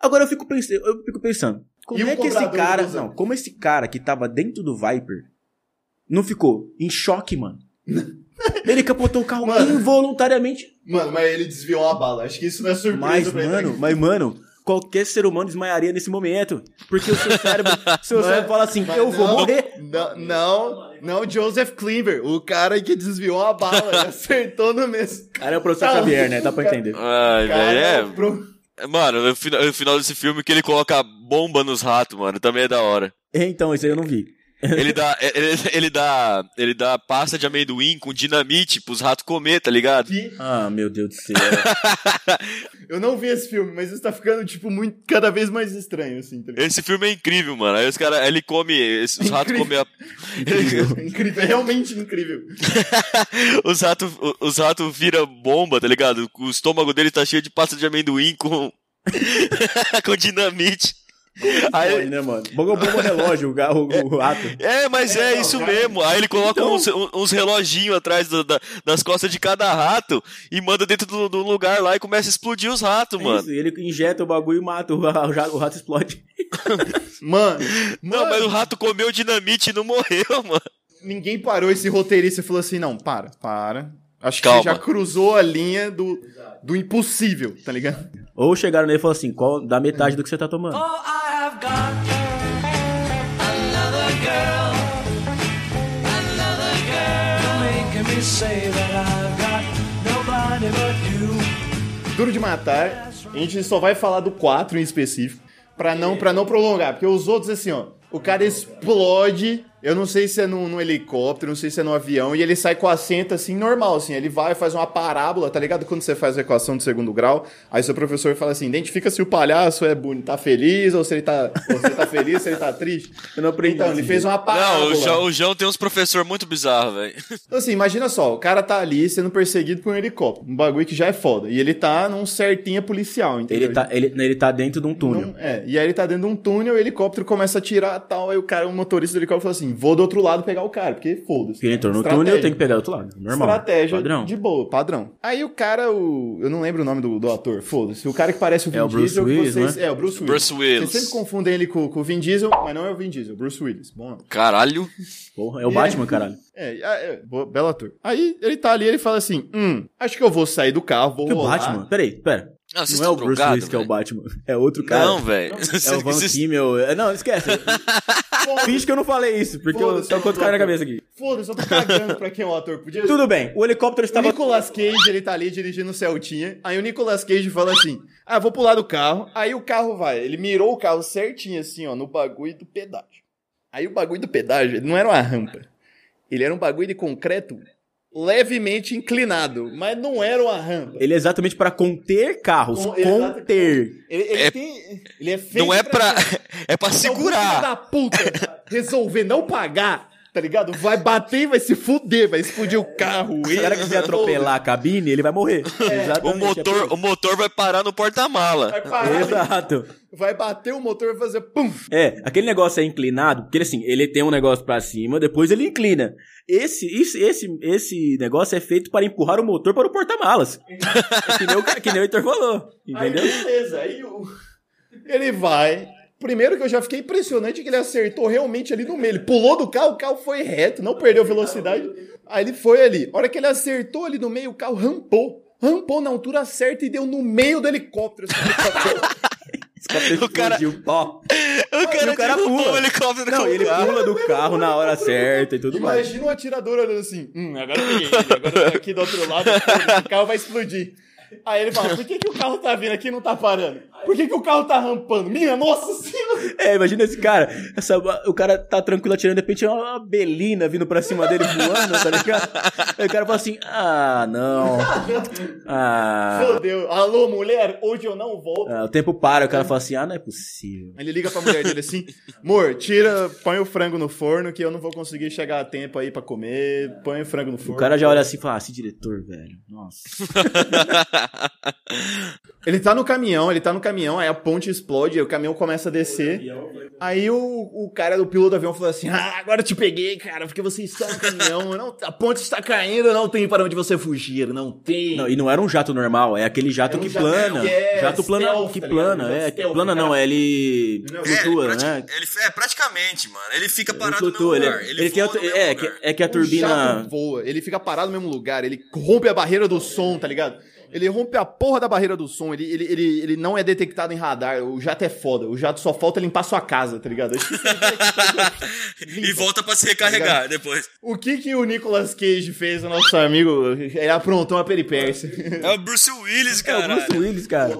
Speaker 2: Agora eu fico pensando, eu fico pensando como
Speaker 1: E o
Speaker 2: é que esse
Speaker 1: cobrador
Speaker 2: cara,
Speaker 1: do busão?
Speaker 2: não, como esse cara que tava dentro do Viper não ficou em
Speaker 1: *laughs*
Speaker 2: choque, mano? Ele capotou o carro
Speaker 1: Mano.
Speaker 2: involuntariamente.
Speaker 1: Mano, mas ele desviou uma bala. Acho que isso não é surpresa
Speaker 2: Mas,
Speaker 1: pra ele.
Speaker 2: mano, mas, mano, qualquer ser humano desmaiaria nesse momento. Porque o
Speaker 1: *laughs*
Speaker 2: seu cérebro, seu
Speaker 1: Mano,
Speaker 2: cérebro fala assim,
Speaker 1: é? mas
Speaker 2: eu vou
Speaker 1: não,
Speaker 2: morrer.
Speaker 1: Não, não, não, Joseph Cleaver, o cara que desviou a bala e acertou no mesmo.
Speaker 2: *laughs* Cara, é o professor
Speaker 1: Tá.
Speaker 2: Xavier, né? Dá pra entender.
Speaker 3: Ai, velho,
Speaker 1: pro-
Speaker 3: é. Mano, o final, o final desse filme que ele coloca a bomba nos ratos, mano, também é da hora.
Speaker 2: Então, isso aí eu não vi.
Speaker 3: Ele dá, *laughs* ele, ele dá, ele dá pasta de amendoim com dinamite pros ratos comer, tá ligado?
Speaker 1: Que
Speaker 2: Ah, meu Deus do céu.
Speaker 1: Eu não vi esse filme, mas isso tá ficando, tipo, muito, cada vez mais estranho, assim, tá ligado?
Speaker 3: Esse filme é incrível, mano. Aí os cara, ele come, esse- os ratos comem a...
Speaker 1: *laughs*
Speaker 3: Ele-
Speaker 1: É incrível, é realmente incrível.
Speaker 3: os ratos, os ratos viram bomba, tá ligado? O estômago dele tá cheio de pasta de amendoim com *laughs* com dinamite.
Speaker 2: *laughs* Aí,
Speaker 3: Aí,
Speaker 2: né, mano? Bogobombo é relógio, o, ga- o, o rato.
Speaker 3: é, mas é, isso mesmo. Aí ele coloca
Speaker 2: Então
Speaker 3: uns, uns reloginhos atrás da- da- das costas de cada rato e manda dentro do, do lugar lá e começa a explodir os ratos,
Speaker 2: É
Speaker 3: mano.
Speaker 2: isso, ele injeta o bagulho e mata, o, *laughs* ra- o rato explode.
Speaker 1: Mano,
Speaker 3: Não, mas o
Speaker 1: mano,
Speaker 3: rato comeu dinamite e não morreu, *laughs* mano.
Speaker 1: ninguém parou esse roteirista e falou assim: não, para, para. Acho
Speaker 3: Calma.
Speaker 1: que você já cruzou a linha do, do impossível, tá ligado?
Speaker 2: Ou chegaram nele e falaram assim, qual da metade do que você tá tomando?
Speaker 1: Duro de matar, a gente só vai falar do 4 em específico, pra não, pra não prolongar, porque os outros, assim, ó, o cara explode. Eu não sei se é num, num helicóptero, não sei se é num avião, e ele sai com a senta assim, normal, assim. Ele vai, faz uma parábola, tá ligado? Quando você faz a equação de segundo grau, aí seu professor fala assim: identifica se o palhaço é bonito, tá feliz, ou se ele tá, ou se ele tá feliz, se ele tá triste.
Speaker 2: Eu não aprendi
Speaker 1: Então, ele
Speaker 2: desse
Speaker 1: fez uma parábola.
Speaker 3: Não, o João, o João tem uns professor muito bizarro, velho. *laughs*
Speaker 1: Então, assim, imagina só, o cara tá ali sendo perseguido por um helicóptero. Um bagulho que já é foda. E ele tá num certinha policial, entendeu?
Speaker 2: Ele tá, ele, ele tá dentro de um túnel.
Speaker 1: Não- é, e aí ele tá dentro de um túnel, o helicóptero começa a tirar tal, aí o cara, o motorista do helicóptero fala assim, vou do outro lado pegar o cara, porque foda-se.
Speaker 2: Porque ele entrou no
Speaker 1: Estratégia.
Speaker 2: túnel, tem que pegar do outro lado. Normal.
Speaker 1: Estratégia
Speaker 2: Padrão.
Speaker 1: de boa, padrão. Aí o cara, o. Eu não lembro o nome do, do ator, foda-se. O cara que parece o Vin
Speaker 2: É o Bruce
Speaker 1: Diesel. que
Speaker 2: Willis,
Speaker 1: vocês-
Speaker 2: né?
Speaker 1: É, o Bruce Willis.
Speaker 3: Bruce Willis.
Speaker 1: Vocês sempre confundem ele com, com o Vin Diesel, mas não é o Vin Diesel, Bruce Willis. Bom.
Speaker 3: Caralho.
Speaker 2: Porra, é o
Speaker 1: E *laughs*
Speaker 2: Batman,
Speaker 1: aí-
Speaker 2: caralho.
Speaker 1: É, é, é bo- belo ator. Aí ele tá ali, ele fala assim: Hum, acho que eu vou sair do carro, vou
Speaker 2: Que o
Speaker 1: rolar.
Speaker 2: Batman? Peraí, pera.
Speaker 3: Não, vocês
Speaker 2: Não é
Speaker 3: estão
Speaker 2: o Bruce
Speaker 3: drogados.
Speaker 2: Willis que é o
Speaker 3: velho.
Speaker 2: Batman. *laughs* É outro cara.
Speaker 3: *laughs* Não, velho.
Speaker 2: É o Van Kimmel. É, Não, esquece.
Speaker 3: *laughs*
Speaker 2: Finge que eu não falei isso, porque eu
Speaker 1: Foda-se,
Speaker 2: tô com outro cara na cabeça aqui.
Speaker 1: Foda-se, eu tô cagando pra quem é o ator. Podia...
Speaker 2: Tudo bem, o helicóptero
Speaker 1: O
Speaker 2: estava...
Speaker 1: Nicolas Cage, ele tá ali dirigindo o Celtinha. Aí o Nicolas Cage fala assim: Ah, vou pular do carro. Aí o carro vai. Ele mirou o carro certinho, assim, ó, no bagulho do pedágio. Aí o bagulho do pedágio ele não era uma rampa. Ele era um bagulho de concreto levemente inclinado, mas não era uma rampa.
Speaker 2: Ele é exatamente para conter carros.
Speaker 1: Com-
Speaker 2: Conter.
Speaker 1: Ele, ele
Speaker 3: É-
Speaker 1: tem. Ele é feio.
Speaker 3: Não é pra. *laughs* É pra segurar.
Speaker 1: da puta resolver não pagar, tá ligado? Vai bater e vai se fuder, vai explodir o carro.
Speaker 2: Se o
Speaker 1: *laughs*
Speaker 2: cara
Speaker 3: *laughs*
Speaker 2: quiser atropelar a cabine, ele vai morrer.
Speaker 3: O
Speaker 2: Exatamente. é
Speaker 3: motor, o motor vai parar no porta-mala.
Speaker 1: Vai
Speaker 2: por-
Speaker 3: *laughs*
Speaker 1: parar,
Speaker 2: Exato.
Speaker 1: vai bater o motor e vai fazer pum.
Speaker 2: É, aquele negócio é inclinado, porque ele assim, ele tem um negócio pra cima, depois ele inclina. Esse, isso- esse, esse negócio é feito para empurrar o motor para o porta-malas. É que nem o, que nem o Heitor falou, entendeu?
Speaker 1: Aí, beleza, aí o... ele vai. Primeiro que eu já fiquei impressionante que ele acertou realmente ali no meio. Ele pulou do carro, o carro foi reto, não perdeu velocidade. Aí ele foi ali. A hora que ele acertou ali no meio, o carro rampou. Rampou na altura certa e deu no meio do helicóptero. *laughs*
Speaker 2: O
Speaker 3: cara-
Speaker 2: Ó,
Speaker 3: O
Speaker 2: e o cara
Speaker 3: derrubou
Speaker 2: pula.
Speaker 3: o helicóptero
Speaker 2: não,
Speaker 3: com o
Speaker 2: ele
Speaker 3: carro.
Speaker 2: pula do carro na hora certa e tudo mais.
Speaker 1: Imagina o atirador olhando assim: hum, agora eu peguei ele, agora eu tô aqui do outro lado, foda-se, o carro vai explodir. Aí ele fala: por que, que o carro tá vindo aqui e não tá parando? Por que, que o carro tá rampando? Minha nossa senhora!
Speaker 2: É, imagina esse cara. essa- o cara tá tranquilo atirando, de repente é uma belina vindo pra cima dele voando, tá ligado? Aí o cara fala assim: ah, não. Ah.
Speaker 1: Fodeu. Alô, mulher, hoje eu não volto.
Speaker 2: Ah, o tempo para, o cara fala assim: ah, não é possível.
Speaker 1: Ele liga pra mulher dele assim: amor, tira, põe o frango no forno que eu não vou conseguir chegar a tempo aí pra comer. Põe o frango no
Speaker 2: O
Speaker 1: forno.
Speaker 2: cara já olha assim e fala: ah, esse diretor, velho.
Speaker 4: *laughs*
Speaker 2: Nossa.
Speaker 1: Ele tá no caminhão, ele tá no caminhão, aí a ponte explode, aí o caminhão começa a descer. Aí o, o cara do piloto do avião falou assim: Ah, agora eu te peguei, cara, porque você está no caminhão, não, a ponte está caindo, não tem para onde você fugir, não tem.
Speaker 2: Não, e não era um jato normal, é aquele jato
Speaker 1: Era um
Speaker 2: que
Speaker 1: jato-
Speaker 2: plana.
Speaker 1: é,
Speaker 2: jato plana
Speaker 1: stealth,
Speaker 2: que
Speaker 1: tá ligado?
Speaker 2: plana,
Speaker 1: Um jato
Speaker 2: é. Que
Speaker 1: stealth,
Speaker 2: plana não,
Speaker 1: cara.
Speaker 2: ele
Speaker 4: é,
Speaker 2: flutua,
Speaker 4: prati-
Speaker 2: né?
Speaker 4: ele, é, praticamente, mano. Ele fica
Speaker 2: Ele
Speaker 4: parado
Speaker 2: flutua,
Speaker 4: no
Speaker 2: ele,
Speaker 4: mesmo lugar.
Speaker 2: ele tem
Speaker 4: voa
Speaker 2: a,
Speaker 4: no mesmo
Speaker 2: é,
Speaker 4: lugar.
Speaker 2: que, é que a
Speaker 1: O
Speaker 2: turbina.
Speaker 1: Um jato voa, ele fica parado no mesmo lugar, ele rompe a barreira do som, tá ligado? Ele rompe a porra da barreira do som, ele, ele, ele, ele não é detectado em radar, o jato é foda, o jato só falta limpar sua casa, tá ligado? *laughs*
Speaker 4: E volta pra se
Speaker 2: Tá
Speaker 4: recarregar depois.
Speaker 1: O que que o Nicolas Cage fez, o nosso amigo? Ele aprontou uma peripécia.
Speaker 4: É o Bruce Willis,
Speaker 2: É o
Speaker 4: cara.
Speaker 2: Bruce Willis, cara.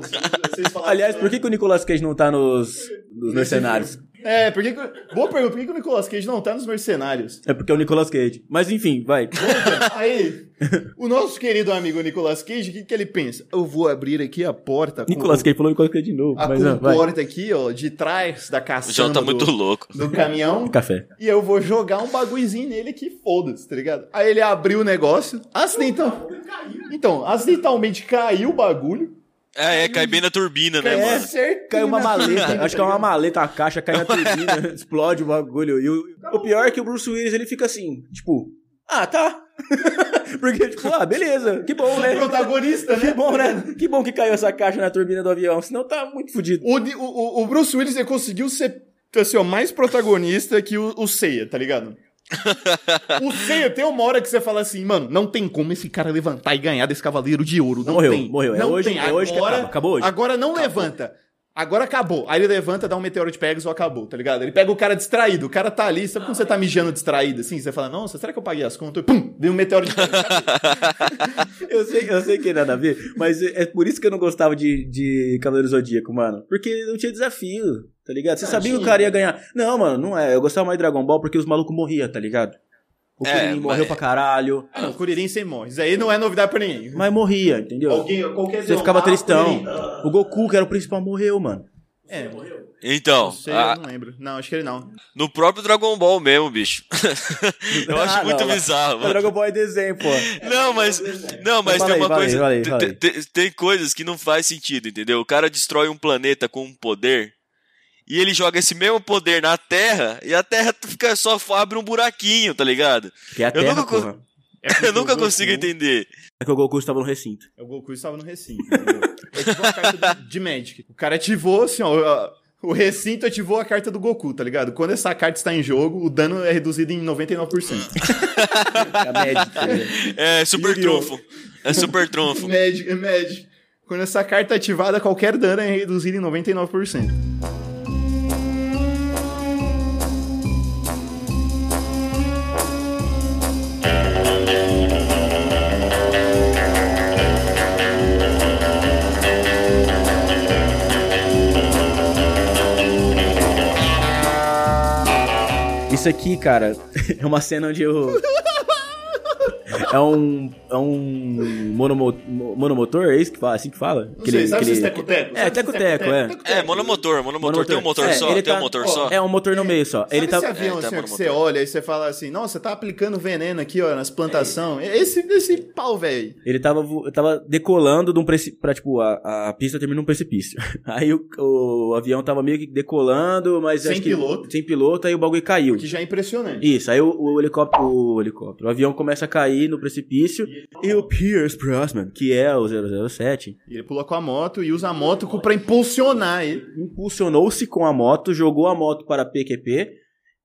Speaker 2: Aliás, por que, que o Nicolas Cage não tá nos, nos mercenários?
Speaker 1: É, por que que... Boa pergunta, por que que o Nicolas Cage não tá nos mercenários?
Speaker 2: É porque é o Nicolas Cage. Mas enfim, vai.
Speaker 1: *laughs* Aí, o nosso querido amigo Nicolas Cage, o que que ele pensa? Eu vou abrir aqui a porta com
Speaker 2: Nicolas Cage falou Nicolas Cage de novo.
Speaker 1: a
Speaker 2: mas não, vai.
Speaker 1: comporta aqui, ó, de trás da
Speaker 3: O
Speaker 1: caçamba
Speaker 3: João tá
Speaker 1: do-
Speaker 3: muito louco.
Speaker 1: do caminhão.
Speaker 2: Café.
Speaker 1: E eu vou jogar um bagulhozinho nele que foda-se, tá ligado? Aí ele abriu o negócio, acidental... Então, acidentalmente caiu o bagulho.
Speaker 3: É, é, cai bem na turbina, né,
Speaker 1: É,
Speaker 3: mano?
Speaker 1: certinho
Speaker 2: Caiu uma
Speaker 1: na
Speaker 2: maleta,
Speaker 1: *laughs* turbina,
Speaker 2: acho que
Speaker 1: tá
Speaker 2: é uma
Speaker 1: ligado?
Speaker 2: maleta, a caixa cai na
Speaker 1: *laughs*
Speaker 2: turbina, explode o bagulho. E o, o pior é que o Bruce Willis, ele fica assim, tipo, ah, tá. *laughs* Porque, tipo, ah, beleza, que bom, né?
Speaker 1: protagonista,
Speaker 2: *laughs* Que
Speaker 1: né?
Speaker 2: bom, né? Que bom que caiu essa caixa na turbina do avião, senão tá muito fudido.
Speaker 1: O, Ni- o- o, o Bruce Willis ele conseguiu ser assim, ó, mais protagonista que o, o Seiya, tá
Speaker 3: *laughs*
Speaker 1: ligado? o Seiya tem uma hora que você fala assim, mano, não tem como esse cara levantar e ganhar desse cavaleiro de ouro. Não
Speaker 2: Morreu,
Speaker 1: tem.
Speaker 2: morreu. É
Speaker 1: Não
Speaker 2: hoje-
Speaker 1: tem.
Speaker 2: é hoje que acaba. Acabou hoje.
Speaker 1: Agora não levanta. Agora acabou. Aí ele levanta, dá um meteoro de Pegasus acabou, tá ligado? Ele pega o cara distraído. O cara tá ali, sabe quando você tá mijando distraído assim? Você fala, nossa, será que eu paguei as contas? E pum, deu um meteoro de Pegasus.
Speaker 2: Eu sei, eu sei que é nada a ver, mas é é por isso que eu não gostava de, de Cavaleiro Zodíaco, mano. Porque não tinha desafio, tá ligado?
Speaker 3: Ah,
Speaker 2: Você sabia que o cara ia ganhar. Não, mano, não é. Eu gostava mais de Dragon Ball porque os malucos morriam, tá ligado? O
Speaker 3: É,
Speaker 2: Kuririn
Speaker 3: mas-
Speaker 2: morreu pra caralho,
Speaker 1: Ah, não, Kuririn sem morre. Isso aí não é novidade pra ninguém.
Speaker 2: mas morria, entendeu?
Speaker 1: Alguém, qualquer
Speaker 2: Você
Speaker 3: um
Speaker 2: ficava tristão. O Goku, que era o principal, morreu, mano.
Speaker 1: É,
Speaker 3: Então,
Speaker 1: Não sei,
Speaker 2: Ah.
Speaker 3: a-
Speaker 1: eu não lembro. Não, acho que ele não.
Speaker 3: no próprio Dragon Ball mesmo,
Speaker 2: *laughs*
Speaker 3: bicho. Eu acho
Speaker 2: Ah, não,
Speaker 3: muito
Speaker 2: mas-
Speaker 3: bizarro,
Speaker 2: O
Speaker 3: mano.
Speaker 2: Dragon Ball é desenho, pô.
Speaker 3: Não, mas, não, mas
Speaker 2: Fala
Speaker 3: tem
Speaker 2: aí,
Speaker 3: uma
Speaker 2: fala aí,
Speaker 3: coisa.
Speaker 2: fala aí,
Speaker 3: te-
Speaker 2: fala aí.
Speaker 3: te- tem coisas que não faz sentido, entendeu? O cara destrói um planeta com um poder e ele joga esse mesmo poder na Terra e a Terra fica só abre um buraquinho,
Speaker 2: *laughs*
Speaker 3: tá ligado?
Speaker 2: Que é a
Speaker 3: Eu
Speaker 2: Terra,
Speaker 3: nunca cons-
Speaker 2: porra.
Speaker 1: É
Speaker 2: *laughs*
Speaker 3: Eu nunca consigo entender.
Speaker 2: É que o Goku estava no
Speaker 3: *laughs*
Speaker 2: recinto.
Speaker 1: O Goku estava no recinto. entendeu? ativou a carta do- de Magic. O cara ativou, assim, ó. a- O recinto ativou a carta do Goku, tá ligado? Quando essa carta está em jogo, o dano é reduzido em 99%.
Speaker 2: É a médica. né?
Speaker 3: É super
Speaker 1: Yu-Gi-Oh!
Speaker 3: trunfo. É super trunfo.
Speaker 1: Magic, é Magic. Quando essa carta é ativada, qualquer dano é reduzido em 99%.
Speaker 2: Isso aqui, cara, *laughs* é uma cena onde eu. É um. É um. Monomo, mo- monomotor, é isso que fala? Assim que fala?
Speaker 1: Não sei, sabe esses teco-teco?
Speaker 2: É,
Speaker 1: Sabe
Speaker 2: teco-teco, é.
Speaker 3: um
Speaker 1: esses
Speaker 4: É, monomotor, monomotor.
Speaker 2: Monomotor.
Speaker 4: Tem um motor
Speaker 2: É,
Speaker 4: só,
Speaker 2: ele
Speaker 4: tem
Speaker 2: tá-
Speaker 4: um motor
Speaker 2: ó,
Speaker 4: só.
Speaker 2: É um motor no meio só.
Speaker 1: Sabe
Speaker 2: Ele tá.
Speaker 1: esse avião,
Speaker 4: É, tá
Speaker 1: senhor, que
Speaker 4: monomotor.
Speaker 1: você olha e você fala assim, nossa, tá aplicando veneno aqui, ó, nas plantações.
Speaker 2: É.
Speaker 1: Esse, esse pau, velho.
Speaker 2: Ele tava, vo- tava decolando de um precipício. Pra, tipo, a, a pista termina num precipício. *laughs* Aí o, o avião tava meio que decolando, mas.
Speaker 1: Sem
Speaker 2: acho que-
Speaker 1: piloto.
Speaker 2: sem piloto, aí o bagulho caiu.
Speaker 1: O que já é impressionante.
Speaker 2: Isso, aí o, o helicóptero. O helicóptero. O avião começa a cair no precipício. E o Pierce Brosnan, que é o 007,
Speaker 1: E Ele pula com a moto e usa a moto co- pra impulsionar ele.
Speaker 2: impulsionou-se com a moto, jogou a moto para PQP,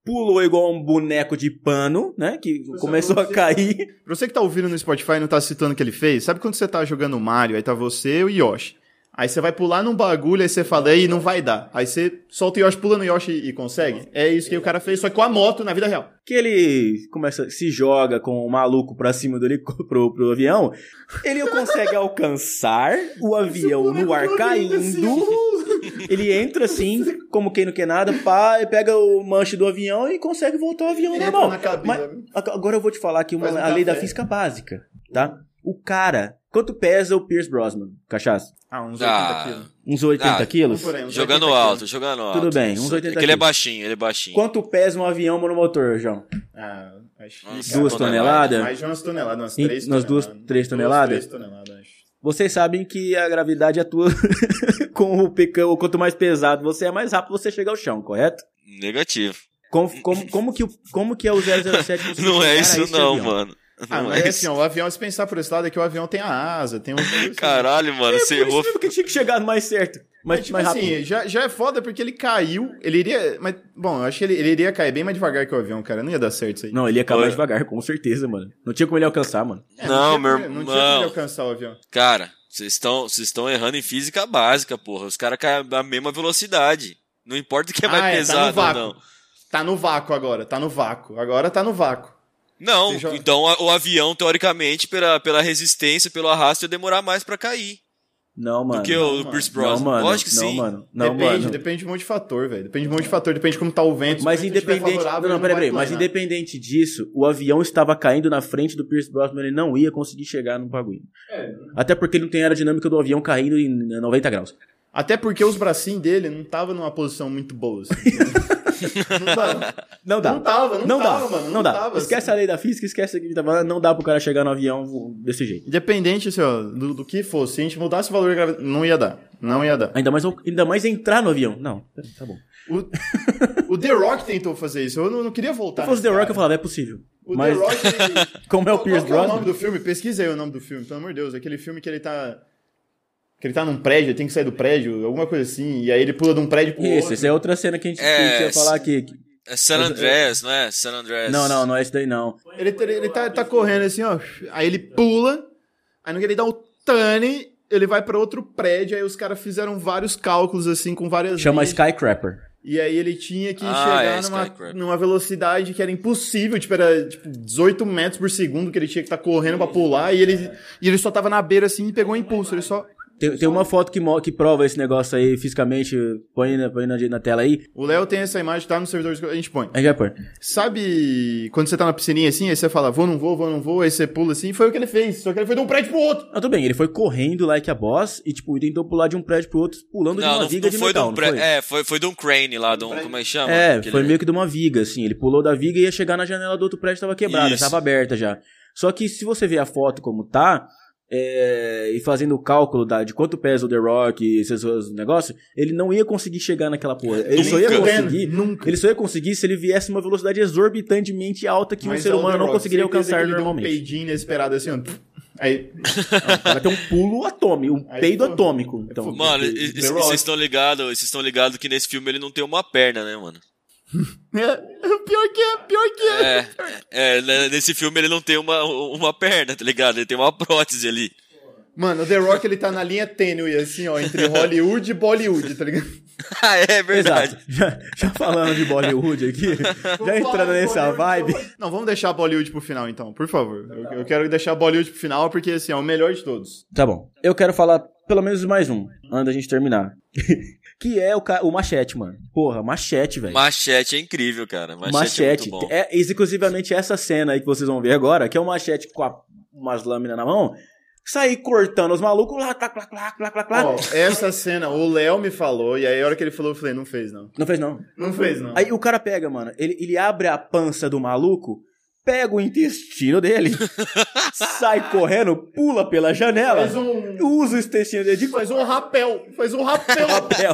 Speaker 2: pulou igual um boneco de pano, né? Que começou a cair.
Speaker 1: Pra você que tá ouvindo no Spotify e não tá citando o que ele fez, sabe quando você tá jogando Mario, aí tá você e o Yoshi. Aí você vai pular num bagulho, aí você fala, ei, não vai dar. Aí você solta o Yoshi, pula no Yoshi e e consegue. É isso que o cara fez, só que com a moto na vida real.
Speaker 2: Que ele começa, se joga com o maluco pra cima do helicóptero pro, pro avião. Ele consegue alcançar o avião no
Speaker 1: é
Speaker 2: ar caindo. Ele entra assim, como quem não quer nada, pá, e pega o manche do avião e consegue voltar o avião
Speaker 1: Ele entra
Speaker 2: normal.
Speaker 1: na cabine.
Speaker 2: Mas- Ag- Agora eu vou te falar aqui uma,
Speaker 1: Faz um
Speaker 2: a lei da
Speaker 1: café.
Speaker 2: física básica, tá? O cara, quanto pesa o Pierce Brosnan, cachaça?
Speaker 1: Ah, uns 80
Speaker 4: Ah,
Speaker 1: quilos.
Speaker 2: Uns 80
Speaker 4: Ah,
Speaker 2: quilos?
Speaker 1: Por aí, uns
Speaker 4: jogando
Speaker 1: 80
Speaker 4: alto, jogando alto.
Speaker 2: bem, uns 80
Speaker 4: É que ele é
Speaker 2: quilos.
Speaker 4: baixinho, ele é baixinho.
Speaker 2: Quanto pesa um avião monomotor, João?
Speaker 1: quilos. Ah, acho que-
Speaker 4: Nossa,
Speaker 1: cara,
Speaker 2: Duas
Speaker 4: toneladas.
Speaker 2: toneladas?
Speaker 1: Mais de umas toneladas, umas
Speaker 2: Em-
Speaker 1: três
Speaker 2: umas duas, três toneladas?
Speaker 1: Duas, três toneladas, acho.
Speaker 2: Vocês sabem que a gravidade atua *laughs* com o pecão. Quanto mais pesado você é, mais rápido você chega ao chão, correto?
Speaker 4: Negativo.
Speaker 2: Como, como, como, que, o- como que é o 007 conseguiu
Speaker 4: Não é
Speaker 2: chegar a
Speaker 4: isso
Speaker 2: esse
Speaker 4: não,
Speaker 2: avião?
Speaker 4: mano. *laughs*
Speaker 1: Ah,
Speaker 4: Não
Speaker 1: mas
Speaker 4: é
Speaker 1: assim,
Speaker 4: isso.
Speaker 1: ó, o avião, se pensar por esse lado, é que o avião tem a
Speaker 4: *laughs*
Speaker 1: asa, tem um.
Speaker 4: Caralho, mano, você
Speaker 2: É, Por isso
Speaker 4: errou.
Speaker 2: mesmo que tinha que chegar mais certo.
Speaker 1: Mas,
Speaker 2: Mais,
Speaker 1: tipo
Speaker 2: mais rápido.
Speaker 1: assim, já, já é foda porque ele caiu. Ele iria. Mas, bom, eu acho que ele, ele iria cair bem mais devagar que o avião, cara. Não ia dar certo isso aí.
Speaker 2: Não, ele ia acabar
Speaker 4: Olha.
Speaker 2: devagar, com certeza, mano. Não tinha como ele alcançar, mano.
Speaker 1: É,
Speaker 4: Não,
Speaker 1: tinha
Speaker 4: meu
Speaker 1: como- Não tinha como
Speaker 4: irmão.
Speaker 1: ele alcançar o avião.
Speaker 4: Cara, vocês estão vocês estão errando em física básica, porra. Os caras caem a mesma velocidade. Não importa o que é mais
Speaker 1: Ah, é, tá no
Speaker 4: pesado ou
Speaker 1: vácuo.
Speaker 4: não.
Speaker 1: Tá no vácuo agora, tá no vácuo. Agora tá no vácuo. Você
Speaker 4: Não,
Speaker 1: joga-
Speaker 4: então a- o avião, teoricamente, pela, pela resistência, pelo arrasto, ia demorar mais pra cair
Speaker 2: Não, mano.
Speaker 4: do que
Speaker 1: não,
Speaker 4: o
Speaker 1: mano.
Speaker 4: Pierce
Speaker 2: Não,
Speaker 4: Brosnan.
Speaker 2: mano.
Speaker 4: Lógico que
Speaker 2: não,
Speaker 4: sim.
Speaker 2: Mano, não,
Speaker 1: depende,
Speaker 2: mano.
Speaker 1: depende de um monte de fator, velho. Depende de um monte de fator, depende de como tá o vento. se
Speaker 2: Mas
Speaker 1: o vento estiver
Speaker 2: independente. Não,
Speaker 1: favorável,
Speaker 2: não,
Speaker 1: ele
Speaker 2: peraí,
Speaker 1: vai né?
Speaker 2: peraí. Mas
Speaker 1: planar.
Speaker 2: independente disso, o avião estava caindo na frente do Pierce Brosnan, ele não ia conseguir chegar no bagulho.
Speaker 1: É.
Speaker 2: Até porque ele não tem a aerodinâmica do avião caindo em 90 graus.
Speaker 1: Até porque os bracinhos dele não tava numa posição muito boa.
Speaker 2: *laughs*
Speaker 1: assim. não tava.
Speaker 2: Não dá.
Speaker 1: Não tava, não,
Speaker 2: dá,
Speaker 1: tava, mano.
Speaker 2: não dá.
Speaker 1: tava, assim.
Speaker 2: esquece a lei da física, esquece que ele tá falando, não dá pro cara chegar no avião desse jeito.
Speaker 1: Independente assim, ó, do, do que fosse, se a gente mudasse o valor da gravidade, não ia dar. Não ia dar.
Speaker 2: Ainda mais, ainda mais entrar no avião. Não, tá bom.
Speaker 1: O,
Speaker 2: *laughs*
Speaker 1: o The Rock tentou fazer isso. Eu não, não queria voltar.
Speaker 2: Se fosse The
Speaker 1: nesse
Speaker 2: Rock, eu
Speaker 1: cara.
Speaker 2: falava, é possível.
Speaker 1: O
Speaker 2: Mas
Speaker 1: The Rock. ele-
Speaker 2: como é o
Speaker 1: Qual- qual
Speaker 2: Pierce
Speaker 1: que é o
Speaker 2: Brosnan,
Speaker 1: nome do filme? Pesquisa aí o nome do filme, pelo amor de Deus. Aquele filme que ele tá. Que ele tá num prédio, ele tem que sair do prédio, alguma coisa assim. E aí ele pula de um prédio pro
Speaker 2: Isso,
Speaker 1: outro.
Speaker 2: essa é outra cena que a gente que a gente ia
Speaker 4: É,
Speaker 2: falar aqui.
Speaker 4: É San Andreas, não é? San Andreas.
Speaker 2: Não, não, não é isso daí não.
Speaker 1: Ele, ele, ele tá, tá correndo assim, ó. Aí ele pula. Aí no que ele dá o tane, ele vai pra outro prédio. Aí os caras fizeram vários cálculos assim, com várias.
Speaker 2: Chama
Speaker 1: linhas.
Speaker 2: Skycrapper.
Speaker 1: E aí ele tinha que
Speaker 4: Ah,
Speaker 1: chegar
Speaker 4: é,
Speaker 1: numa,
Speaker 4: Skycrapper.
Speaker 1: numa velocidade que era impossível, tipo, era tipo, 18 metros por segundo que ele tinha que estar correndo pra pular, e ele, e ele só tava na beira assim e pegou um impulso, ele só...
Speaker 2: Tem, tem uma foto que, mo- que prova esse negócio aí fisicamente. Põe, na- põe na, na tela aí.
Speaker 1: O Léo tem essa imagem, tá no servidor, que a gente põe.
Speaker 2: Aí já põe.
Speaker 1: Sabe quando você tá na piscininha assim, aí você fala, vou, não vou, vou, não vou, aí você pula assim, foi o que ele fez, só que ele foi de um prédio pro outro.
Speaker 2: Não, tudo bem, ele foi correndo like a boss e, tipo, tentou pular de um prédio pro outro, pulando de
Speaker 4: Não,
Speaker 2: uma
Speaker 4: não,
Speaker 2: viga
Speaker 4: não
Speaker 2: de
Speaker 4: foi de
Speaker 2: metal,
Speaker 4: um
Speaker 2: não
Speaker 4: pre...
Speaker 2: foi?
Speaker 4: É, foi, foi de um crane lá, de um. Como é que chama?
Speaker 2: É,
Speaker 4: Aquele-
Speaker 2: foi meio que de uma viga, assim. Ele pulou da viga e ia chegar na janela do outro prédio, tava quebrada,
Speaker 4: Isso.
Speaker 2: tava aberta já. Só que se você ver a foto como tá, é, e fazendo o cálculo da- de quanto pesa o The Rock e esses outros negócios, ele não ia conseguir chegar naquela porra. Ele só ia
Speaker 1: Nunca.
Speaker 2: conseguir.
Speaker 1: Nunca.
Speaker 2: Ele só ia conseguir se ele viesse uma velocidade exorbitantemente alta que um
Speaker 1: Mas
Speaker 2: ser
Speaker 1: é o
Speaker 2: humano
Speaker 1: The
Speaker 2: não
Speaker 1: Rock,
Speaker 2: conseguiria
Speaker 1: certeza que
Speaker 2: alcançar
Speaker 1: ele deu um
Speaker 2: normalmente.
Speaker 1: peidinho inesperado assim, ó. Aí,
Speaker 2: O cara tem um pulo atômico, um
Speaker 1: Aí
Speaker 2: peido
Speaker 1: foi-
Speaker 2: atômico.
Speaker 3: É
Speaker 2: Então,
Speaker 4: Mano,
Speaker 1: The-
Speaker 4: e- e-
Speaker 1: The
Speaker 4: e
Speaker 1: Rock.
Speaker 4: vocês estão ligados, vocês estão ligados que nesse filme ele não tem uma perna, né, mano?
Speaker 1: é, *laughs* pior que é, pior que é.
Speaker 4: É,
Speaker 2: *laughs*
Speaker 4: é, né, nesse filme ele não tem uma, uma perna, tá ligado? Ele tem uma prótese ali.
Speaker 1: Mano, o The Rock ele tá na linha tênue, assim, ó, entre Hollywood e Bollywood, tá ligado?
Speaker 4: ah, é verdade.
Speaker 2: Exato. Já, já falando de Bollywood aqui, *laughs* já entrando nessa vibe.
Speaker 1: Não, vamos deixar Bollywood pro final, então, por favor. Eu, eu quero deixar Bollywood pro final, porque, assim, é o melhor de todos.
Speaker 2: Tá bom. Eu quero falar pelo menos mais um, antes da gente terminar. *laughs* que é o, ca- o Machete, mano. Porra, Machete, velho.
Speaker 4: Machete é incrível, cara. Machete,
Speaker 2: Machete.
Speaker 4: é muito bom.
Speaker 2: É, exclusivamente essa cena aí que vocês vão ver agora, que é o Machete com a- umas lâminas na mão, sair cortando os malucos lá, clac, clac, clac, clac, clac, clac.
Speaker 1: Ó, essa cena, o Léo me falou, e aí a hora que ele falou, eu falei, não fez, não.
Speaker 2: Não fez não.
Speaker 1: Não fez, não.
Speaker 2: Aí o cara pega, mano, ele, ele abre a pança do maluco, pega o
Speaker 4: *laughs*
Speaker 2: intestino dele, sai correndo, pula pela janela,
Speaker 1: Faz um-
Speaker 2: usa o intestino dele de
Speaker 1: Faz um rapel, faz um *laughs* rapel.
Speaker 2: papel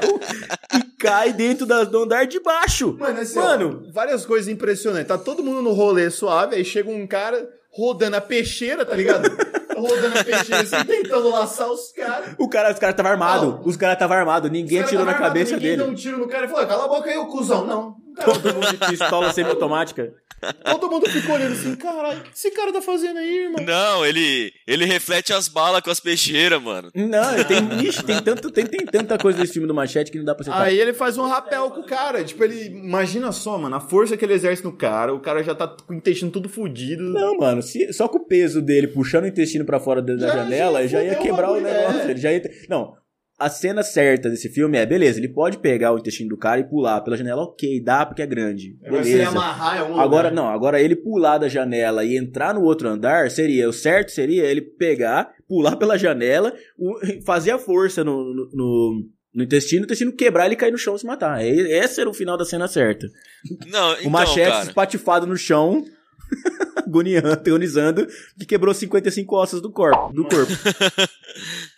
Speaker 2: e cai dentro das, do andar de baixo.
Speaker 1: Mano, assim,
Speaker 2: Mano,
Speaker 1: ó, várias coisas impressionantes. Tá todo mundo no rolê suave, aí chega um cara rodando a peixeira, tá ligado? *laughs* rodando a peixeira, assim, tentando laçar os caras.
Speaker 2: o cara, os caras estavam armados. Os caras estavam armados. Ninguém
Speaker 1: Os caras
Speaker 2: atirou
Speaker 1: tava
Speaker 2: na
Speaker 1: armado,
Speaker 2: cabeça
Speaker 1: ninguém um
Speaker 2: dele.
Speaker 1: deu um tiro no cara e falou, cala a boca aí, ô cuzão. Não.
Speaker 2: Todo mundo de pistola semiautomática.
Speaker 1: *laughs* Todo mundo ficou olhando assim, caralho, o que esse cara tá fazendo aí, irmão?
Speaker 4: Não, ele, ele reflete as balas com as peixeiras, mano.
Speaker 2: Não, tem, ixi, tem, tanto, tem, tem tanta coisa desse filme do Machete que não dá pra citar.
Speaker 1: Aí ele faz um rapel com o cara. Tipo, ele. Imagina só, mano, a força que ele exerce no cara. O cara já tá com o intestino tudo fudido.
Speaker 2: Não, mano, se- só com o peso dele puxando o intestino pra fora da da
Speaker 1: Já-
Speaker 2: janela,
Speaker 1: já
Speaker 2: já ia
Speaker 1: fudeu o
Speaker 2: quebrar o
Speaker 1: bagulho,
Speaker 2: negócio.
Speaker 1: é.
Speaker 2: Ele já ia, ter- não, a cena certa desse filme é, beleza, ele pode pegar o intestino do cara e pular pela janela, ok, dá porque é grande.
Speaker 1: Vai ser
Speaker 2: Beleza.
Speaker 1: amarrar em algum
Speaker 2: Agora,
Speaker 4: né?
Speaker 1: lugar.
Speaker 2: não, agora ele pular da janela e entrar no outro andar seria, o certo seria ele pegar, pular pela janela, o- *laughs* fazer a força no, no, no- no intestino, o intestino quebrar, ele cair no chão e se matar. É- Esse era o final da cena certa.
Speaker 4: Não,
Speaker 2: o
Speaker 4: então,
Speaker 2: machete
Speaker 4: cara.
Speaker 2: espatifado no chão, *laughs* agoniando, agonizando, que quebrou 55 ossos do corpo. Do
Speaker 4: *laughs*
Speaker 2: corpo.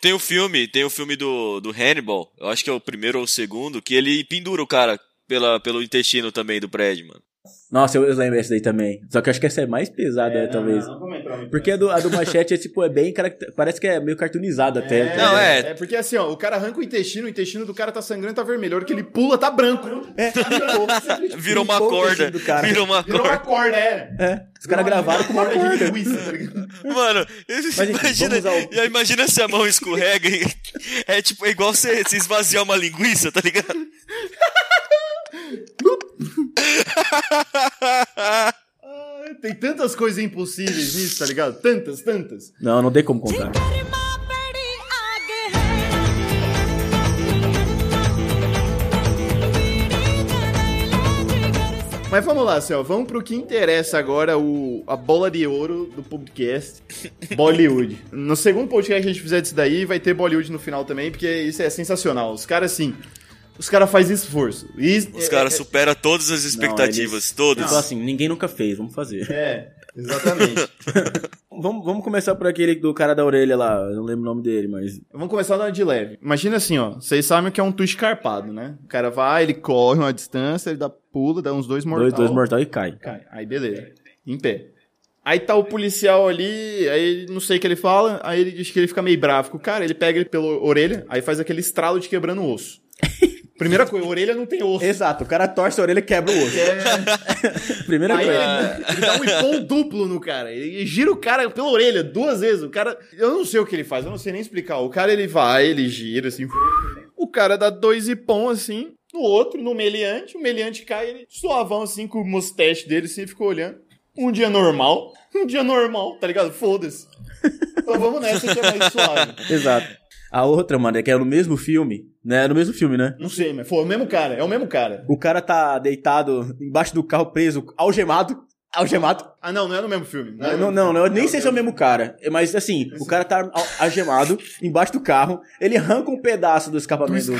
Speaker 4: Tem o filme, tem o filme do, do Hannibal, eu acho que é o primeiro ou o segundo, que ele pendura o cara pela, pelo intestino também do prédio, mano.
Speaker 2: Nossa, eu, eu lembro esse daí também. Só que eu acho que essa é mais pesada, né, talvez.
Speaker 4: é,
Speaker 2: Porque a do, a do machete, esse, pô, é bem. caracter- Parece que é meio cartoonizado até. tá
Speaker 4: Não,
Speaker 2: ligado?
Speaker 4: é.
Speaker 1: É porque assim, ó, o cara arranca o intestino, o intestino do cara tá sangrando, tá vermelho. A hora que ele pula, tá branco.
Speaker 2: É, virou,
Speaker 4: Virou uma
Speaker 2: Limpou o
Speaker 4: corda.
Speaker 2: intestino do cara.
Speaker 4: Virou uma
Speaker 1: Virou uma
Speaker 4: corda.
Speaker 1: corda, é.
Speaker 2: É, os caras gravaram com uma
Speaker 1: de
Speaker 2: corda.
Speaker 1: linguiça, tá ligado?
Speaker 4: Mano,
Speaker 2: enfim,
Speaker 4: imagina,
Speaker 2: vamos ao-
Speaker 4: já imagina se a mão escorrega e *laughs* é tipo é igual você se esvaziar uma linguiça, tá ligado?
Speaker 1: Ah, Tem tantas coisas impossíveis nisso, tá ligado? Tantas, tantas.
Speaker 2: Não, não tem como contar.
Speaker 6: गरिमा बड़ी आगे है
Speaker 1: Mas vamos lá, Céu, vamos pro que interessa agora, o, a bola de ouro do
Speaker 2: *laughs*
Speaker 1: podcast, Bollywood. No segundo podcast que a gente fizer disso daí, vai ter Bollywood no final também, porque isso é sensacional. Os caras, assim, os caras fazem esforço. E,
Speaker 2: É,
Speaker 1: é,
Speaker 4: Os caras superam todas as expectativas, todas.
Speaker 2: Então, assim, ninguém nunca fez, vamos fazer.
Speaker 1: É, exatamente.
Speaker 2: *laughs* Vamos, vamos começar por aquele do cara da orelha lá, eu não lembro o nome dele, mas.
Speaker 1: Vamos começar na de leve. Imagina assim, ó. Vocês sabem o que é um tu escarpado, né? O cara vai, ele corre uma distância, ele dá pulo, dá uns dois mortais.
Speaker 2: Dois, dois mortal e cai.
Speaker 1: Cai. Aí beleza. Em pé. Aí tá o policial ali, aí não sei o que ele fala, aí ele diz que ele fica meio bravo com o cara, ele pega ele pela orelha, aí faz aquele estralo de quebrando o
Speaker 2: *laughs*
Speaker 1: osso. Primeira coisa, orelha não tem osso.
Speaker 2: Exato, o cara torce a orelha e quebra o osso. É, Primeira
Speaker 1: Aí
Speaker 2: coisa.
Speaker 1: ele, ele dá um ipom duplo no cara. Ele gira o cara pela orelha duas vezes. O cara. Eu não sei o que ele faz, eu não sei nem explicar. O cara ele vai, ele gira assim. O cara dá dois ipom assim no outro, no meliante. O meliante cai, ele suavão assim com o mustache dele, assim, ficou olhando. Um dia normal. *laughs* Um dia normal, tá ligado? Foda-se. Então vamos nessa que é mais suave.
Speaker 2: Exato. A outra, mano, é que é no mesmo filme, né? É no mesmo filme, né?
Speaker 1: Não sei, mas foi o mesmo cara, é o mesmo cara.
Speaker 2: O cara tá deitado embaixo do carro preso, algemado. Algemado?
Speaker 1: Ah, não, não é no mesmo filme. é no
Speaker 2: Não,
Speaker 1: mesmo
Speaker 2: não, não, eu nem sei se é o
Speaker 1: filme.
Speaker 2: mesmo cara. Mas assim, o cara *laughs* tá al- algemado embaixo do carro, ele arranca um pedaço do escapamento do,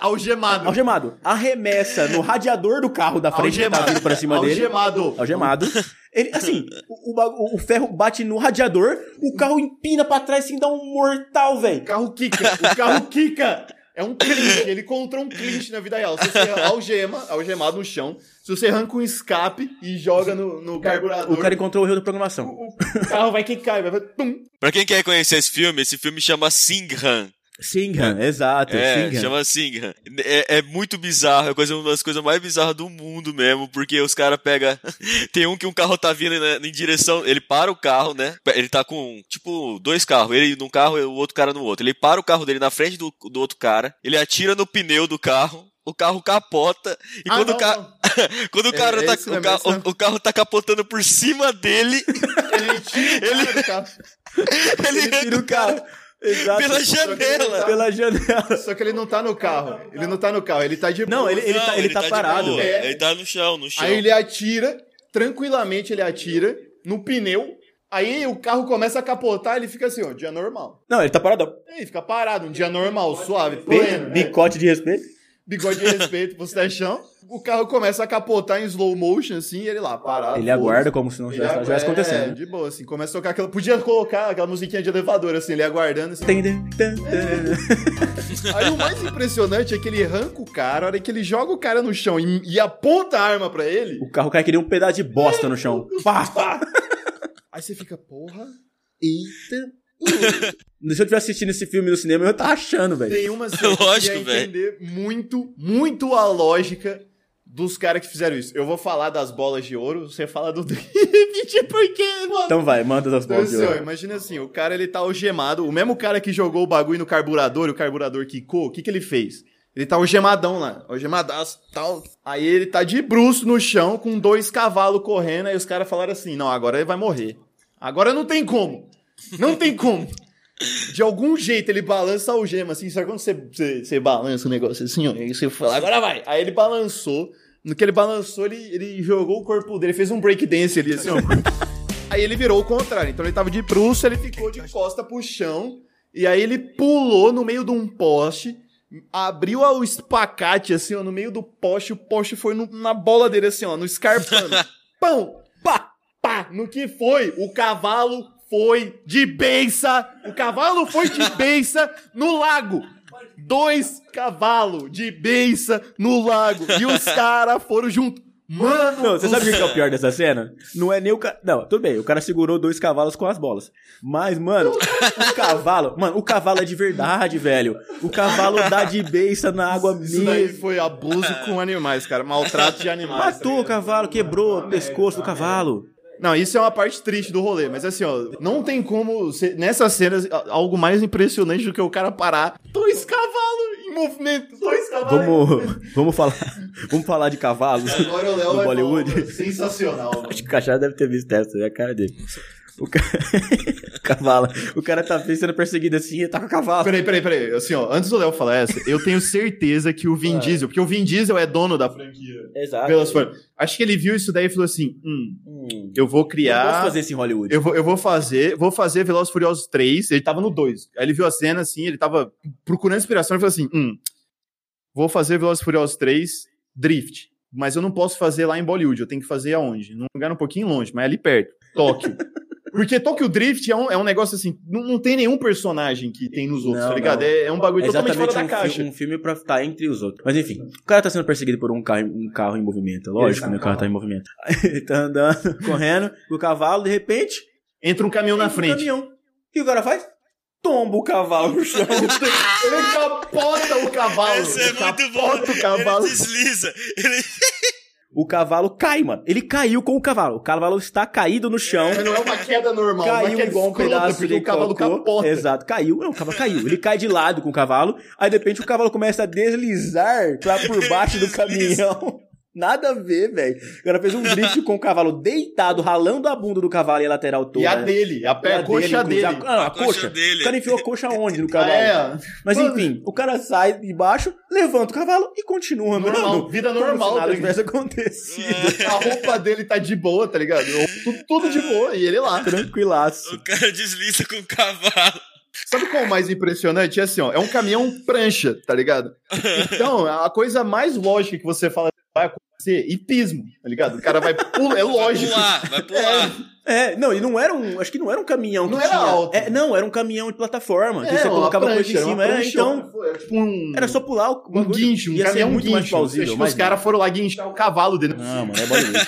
Speaker 1: Algemado.
Speaker 2: *laughs* Algemado. Arremessa no radiador do carro da frente que tá vindo pra cima dele.
Speaker 1: Algemado.
Speaker 2: Algemado. Ele, assim, o, o bagu- o ferro bate no radiador, o carro empina pra trás assim, dá um mortal, velho.
Speaker 1: O carro quica, o carro quica. É um clinch, ele contra um clinch na vida real. Se você
Speaker 2: *laughs*
Speaker 1: algema, algemado no chão, se você arranca um escape e joga no, no carburador,
Speaker 2: O cara encontrou o erro da programação.
Speaker 1: o carro vai quicar, e vai... Tum.
Speaker 4: Pra quem quer conhecer esse filme, esse filme chama Singhan.
Speaker 2: Singham, exato.
Speaker 4: É,
Speaker 2: Singham.
Speaker 4: chama Singham. É, é muito bizarro, é coisa, uma das coisas mais bizarras do mundo mesmo, porque os caras pegam. *laughs* Tem um que um carro tá vindo né, em direção. Ele para o carro, né? Ele tá com, tipo, dois carros. Ele num carro e o outro cara no outro. Ele para o carro dele na frente do, do outro cara, ele atira no pneu do carro. O carro capota e
Speaker 1: Ah,
Speaker 4: quando,
Speaker 1: não,
Speaker 4: o ca-
Speaker 1: não.
Speaker 4: quando o
Speaker 1: É-
Speaker 4: cara
Speaker 1: é
Speaker 4: tá,
Speaker 1: isso mesmo,
Speaker 4: o, ca-
Speaker 1: é isso mesmo.
Speaker 4: o- o carro tá capotando por cima
Speaker 1: *laughs*
Speaker 4: dele,
Speaker 1: Ele
Speaker 2: *laughs*
Speaker 1: tira o cara do carro.
Speaker 4: ele,
Speaker 2: Ele tira o carro.
Speaker 4: *laughs*
Speaker 2: Exato.
Speaker 4: pela janela.
Speaker 2: Pela janela.
Speaker 1: Só que ele não tá no carro. Ele não tá no carro, ele tá de
Speaker 2: Não,
Speaker 1: boa.
Speaker 2: ele, ele,
Speaker 4: Não,
Speaker 2: tá, ele tá
Speaker 4: de
Speaker 2: parado.
Speaker 4: boa,
Speaker 1: É.
Speaker 4: Ele tá no chão, no chão.
Speaker 1: Aí ele atira, tranquilamente ele atira no pneu. Aí o carro começa a capotar, ele fica assim, ó, dia normal.
Speaker 2: Não, ele tá parado.
Speaker 1: Aí fica parado, um dia normal, suave, pleno.
Speaker 2: Bem, Bicote de respeito.
Speaker 1: Bigode de respeito pro Sérgio. O carro começa a capotar em slow motion, assim, e ele lá, parado.
Speaker 2: Ele
Speaker 1: foda-se.
Speaker 2: aguarda como se não
Speaker 1: Ele
Speaker 2: tivesse
Speaker 1: aguarda,
Speaker 2: tivesse acontecendo.
Speaker 1: É, de boa, assim, começa a tocar aquela... Podia colocar aquela musiquinha de elevador, assim, ele aguardando, assim.
Speaker 2: Tem- tem- tem- tem.
Speaker 1: Aí o mais impressionante é que ele arranca o cara, a hora que ele joga o cara no chão e, e aponta a arma pra ele...
Speaker 2: O carro cai que nem um pedaço de bosta no chão. Pá, pá.
Speaker 1: Aí você fica, porra...
Speaker 2: Eita. Se eu tivesse assistindo esse filme no cinema, eu tava achando, velho.
Speaker 1: Tem uma cena
Speaker 4: Lógico,
Speaker 1: que ia
Speaker 4: velho.
Speaker 1: entender muito, muito a lógica dos caras que fizeram isso. Eu vou falar das bolas de ouro, você fala do *laughs* Drift, porque, mano...
Speaker 2: Então vai, manda as
Speaker 1: Então,
Speaker 2: bolas
Speaker 1: assim,
Speaker 2: de
Speaker 1: ó,
Speaker 2: ouro.
Speaker 1: imagina assim, o cara ele tá algemado, o mesmo cara que jogou o bagulho no carburador, e o carburador quicou, o que que ele fez? Ele tá algemadão lá, algemadaço, tal. Aí ele tá de bruço no chão, com dois cavalos correndo, aí os caras falaram assim, não, agora ele vai morrer. Agora não tem como, não tem como. De algum jeito ele balança a algema, assim, sabe quando você, você, você balança o negócio assim, ó, aí você fala, agora vai. Aí ele balançou, no que ele balançou, ele, ele jogou o corpo dele, fez um breakdance ali, assim, ó. Aí ele virou o contrário. Então ele tava de bruxo, ele ficou de costa pro chão. E aí ele pulou no meio de um poste, abriu o espacate, assim, ó, no meio do poste. O poste foi no- na bola dele, assim, ó, no escarpando. Pão! Pá! Pá! No que foi? O cavalo foi de beiça! O cavalo foi de beiça no lago! Dois cavalos de beiça no lago. E os caras foram junto. Mano!
Speaker 2: Não, você
Speaker 1: do
Speaker 2: sabe o que
Speaker 1: céu.
Speaker 2: é o pior dessa cena? Não é nem o cara. Não, tudo bem, o cara segurou dois cavalos com as bolas. Mas, mano, o cavalo. Mano, o cavalo é de verdade, velho. O cavalo dá de beiça na água
Speaker 1: Isso daí é
Speaker 2: mesmo.
Speaker 1: foi abuso com animais, cara. Maltrato de animais. tá
Speaker 2: Matou o cavalo, quebrou o pescoço do cavalo.
Speaker 1: Não, isso é uma parte triste do rolê, mas assim, ó, não tem como. ser- nessas cenas, a- algo mais impressionante do que o cara parar. Dois cavalos em movimento, dois cavalos.
Speaker 2: Vamos, vamos falar. Vamos falar de cavalos
Speaker 1: Agora o Léo
Speaker 2: no
Speaker 1: vai falar,
Speaker 2: Bollywood.
Speaker 1: mano, sensacional, mano.
Speaker 2: Acho que o Cachado deve ter visto essa, é a cara dele. O ca... *laughs* cavalo. O cara tá sendo perseguido assim e tá com o cavalo.
Speaker 1: Peraí, peraí, peraí. Assim, ó, antes do Léo falar essa, eu tenho certeza que o Vin Diesel, porque o Vin Diesel é dono da franquia.
Speaker 2: Exato.
Speaker 1: Pelas fãs. Acho que ele viu isso daí e falou assim: hum, eu vou
Speaker 2: Eu
Speaker 1: criar.
Speaker 2: posso fazer isso em Hollywood.
Speaker 1: Eu vou, eu vou fazer, vou fazer Velozes e Furiosos 3. Ele tava no 2. Aí ele viu a cena assim, ele tava procurando inspiração e falou assim: hum, vou fazer Velozes e Furiosos 3 Drift. Mas eu não posso fazer lá em Bollywood, eu tenho que fazer aonde? Num lugar um pouquinho longe, mas ali perto. Tóquio. Porque Tóquio Drift é um, é um negócio assim, não, não tem nenhum personagem que tem nos outros,
Speaker 2: Não,
Speaker 1: tá ligado?
Speaker 2: não.
Speaker 1: É, é um bagulho
Speaker 2: É
Speaker 1: totalmente fora
Speaker 2: exatamente
Speaker 1: da
Speaker 2: um,
Speaker 1: caixa.
Speaker 2: fi- um filme pra estar entre os outros. Mas enfim, o cara tá sendo perseguido por um carro, em- um carro em movimento. é Lógico,
Speaker 1: Exato.
Speaker 2: né? O carro tá em movimento. *laughs* Ele tá andando, *laughs* correndo, com o cavalo, de repente.
Speaker 1: Entra um caminhão na
Speaker 2: entra um
Speaker 1: frente.
Speaker 2: caminhão. O que o cara faz? Tomba o cavalo
Speaker 1: *laughs*
Speaker 2: no chão.
Speaker 1: Ele capota o cavalo.
Speaker 4: Essa é
Speaker 1: ele
Speaker 4: muito boa.
Speaker 1: capota o cavalo.
Speaker 4: Ele desliza. Ele...
Speaker 2: o cavalo cai, mano. Ele caiu com o cavalo. O cavalo está caído no chão.
Speaker 1: Mas não é uma queda normal, uma
Speaker 2: Caiu
Speaker 1: queda
Speaker 2: igual um
Speaker 1: escrota,
Speaker 2: pedaço
Speaker 1: é porque
Speaker 2: de
Speaker 1: o cavalo
Speaker 2: cocô.
Speaker 1: capota.
Speaker 2: Exato, caiu. Não, o cavalo caiu. Ele cai de lado com o cavalo. Aí de repente o cavalo começa a deslizar lá por baixo
Speaker 1: *laughs*
Speaker 2: do caminhão. Nada a ver, velho. O cara fez um drift com o cavalo deitado, ralando a bunda do cavalo e a lateral toda.
Speaker 1: E a dele, a,
Speaker 2: E
Speaker 1: pé, a coxa
Speaker 2: inclusive.
Speaker 1: dele.
Speaker 2: A, ah, a,
Speaker 4: A
Speaker 2: coxa.
Speaker 4: coxa dele.
Speaker 2: O cara enfiou a coxa onde no
Speaker 1: Ah,
Speaker 2: cavalo?
Speaker 1: é.
Speaker 2: Mas
Speaker 1: Mano.
Speaker 2: enfim, o cara sai de baixo, levanta o cavalo e continua andando.
Speaker 1: Normal, vida
Speaker 2: Como se
Speaker 1: normal, tá
Speaker 2: nada
Speaker 1: ligado?
Speaker 2: tivesse acontecido.
Speaker 1: A roupa dele tá de boa, tá ligado? Tudo, tudo de boa, e ele
Speaker 4: É.
Speaker 1: lá.
Speaker 2: Tranquilaço.
Speaker 4: O cara desliza com o cavalo.
Speaker 1: Sabe qual é o mais impressionante? É assim, ó, é um caminhão prancha, tá ligado? Então, a coisa mais lógica que você fala que vai acontecer, hipismo, tá ligado? O cara vai pular, é lógico. *laughs*
Speaker 4: Pular, vai pular.
Speaker 2: É, não, e não era um. Acho que não era um caminhão. que
Speaker 1: Não era
Speaker 2: tinha-
Speaker 1: alto.
Speaker 2: É, não, era um caminhão de plataforma. que
Speaker 1: É,
Speaker 2: você
Speaker 1: ó,
Speaker 2: colocava
Speaker 1: a
Speaker 2: coisa em
Speaker 1: prancha,
Speaker 2: cima.
Speaker 1: uma
Speaker 2: É,
Speaker 1: prancha,
Speaker 2: então.
Speaker 1: ó, é tipo um,
Speaker 2: Era só pular o
Speaker 1: um
Speaker 2: bagulho,
Speaker 1: guincho, um
Speaker 2: ia ser
Speaker 1: caminhão
Speaker 2: muito
Speaker 1: guincho.
Speaker 2: mais
Speaker 1: Acho
Speaker 2: plausível.
Speaker 1: que
Speaker 2: mas
Speaker 1: os caras foram lá guinchar o cavalo dele.
Speaker 2: não. Não, mano, é Bollywood.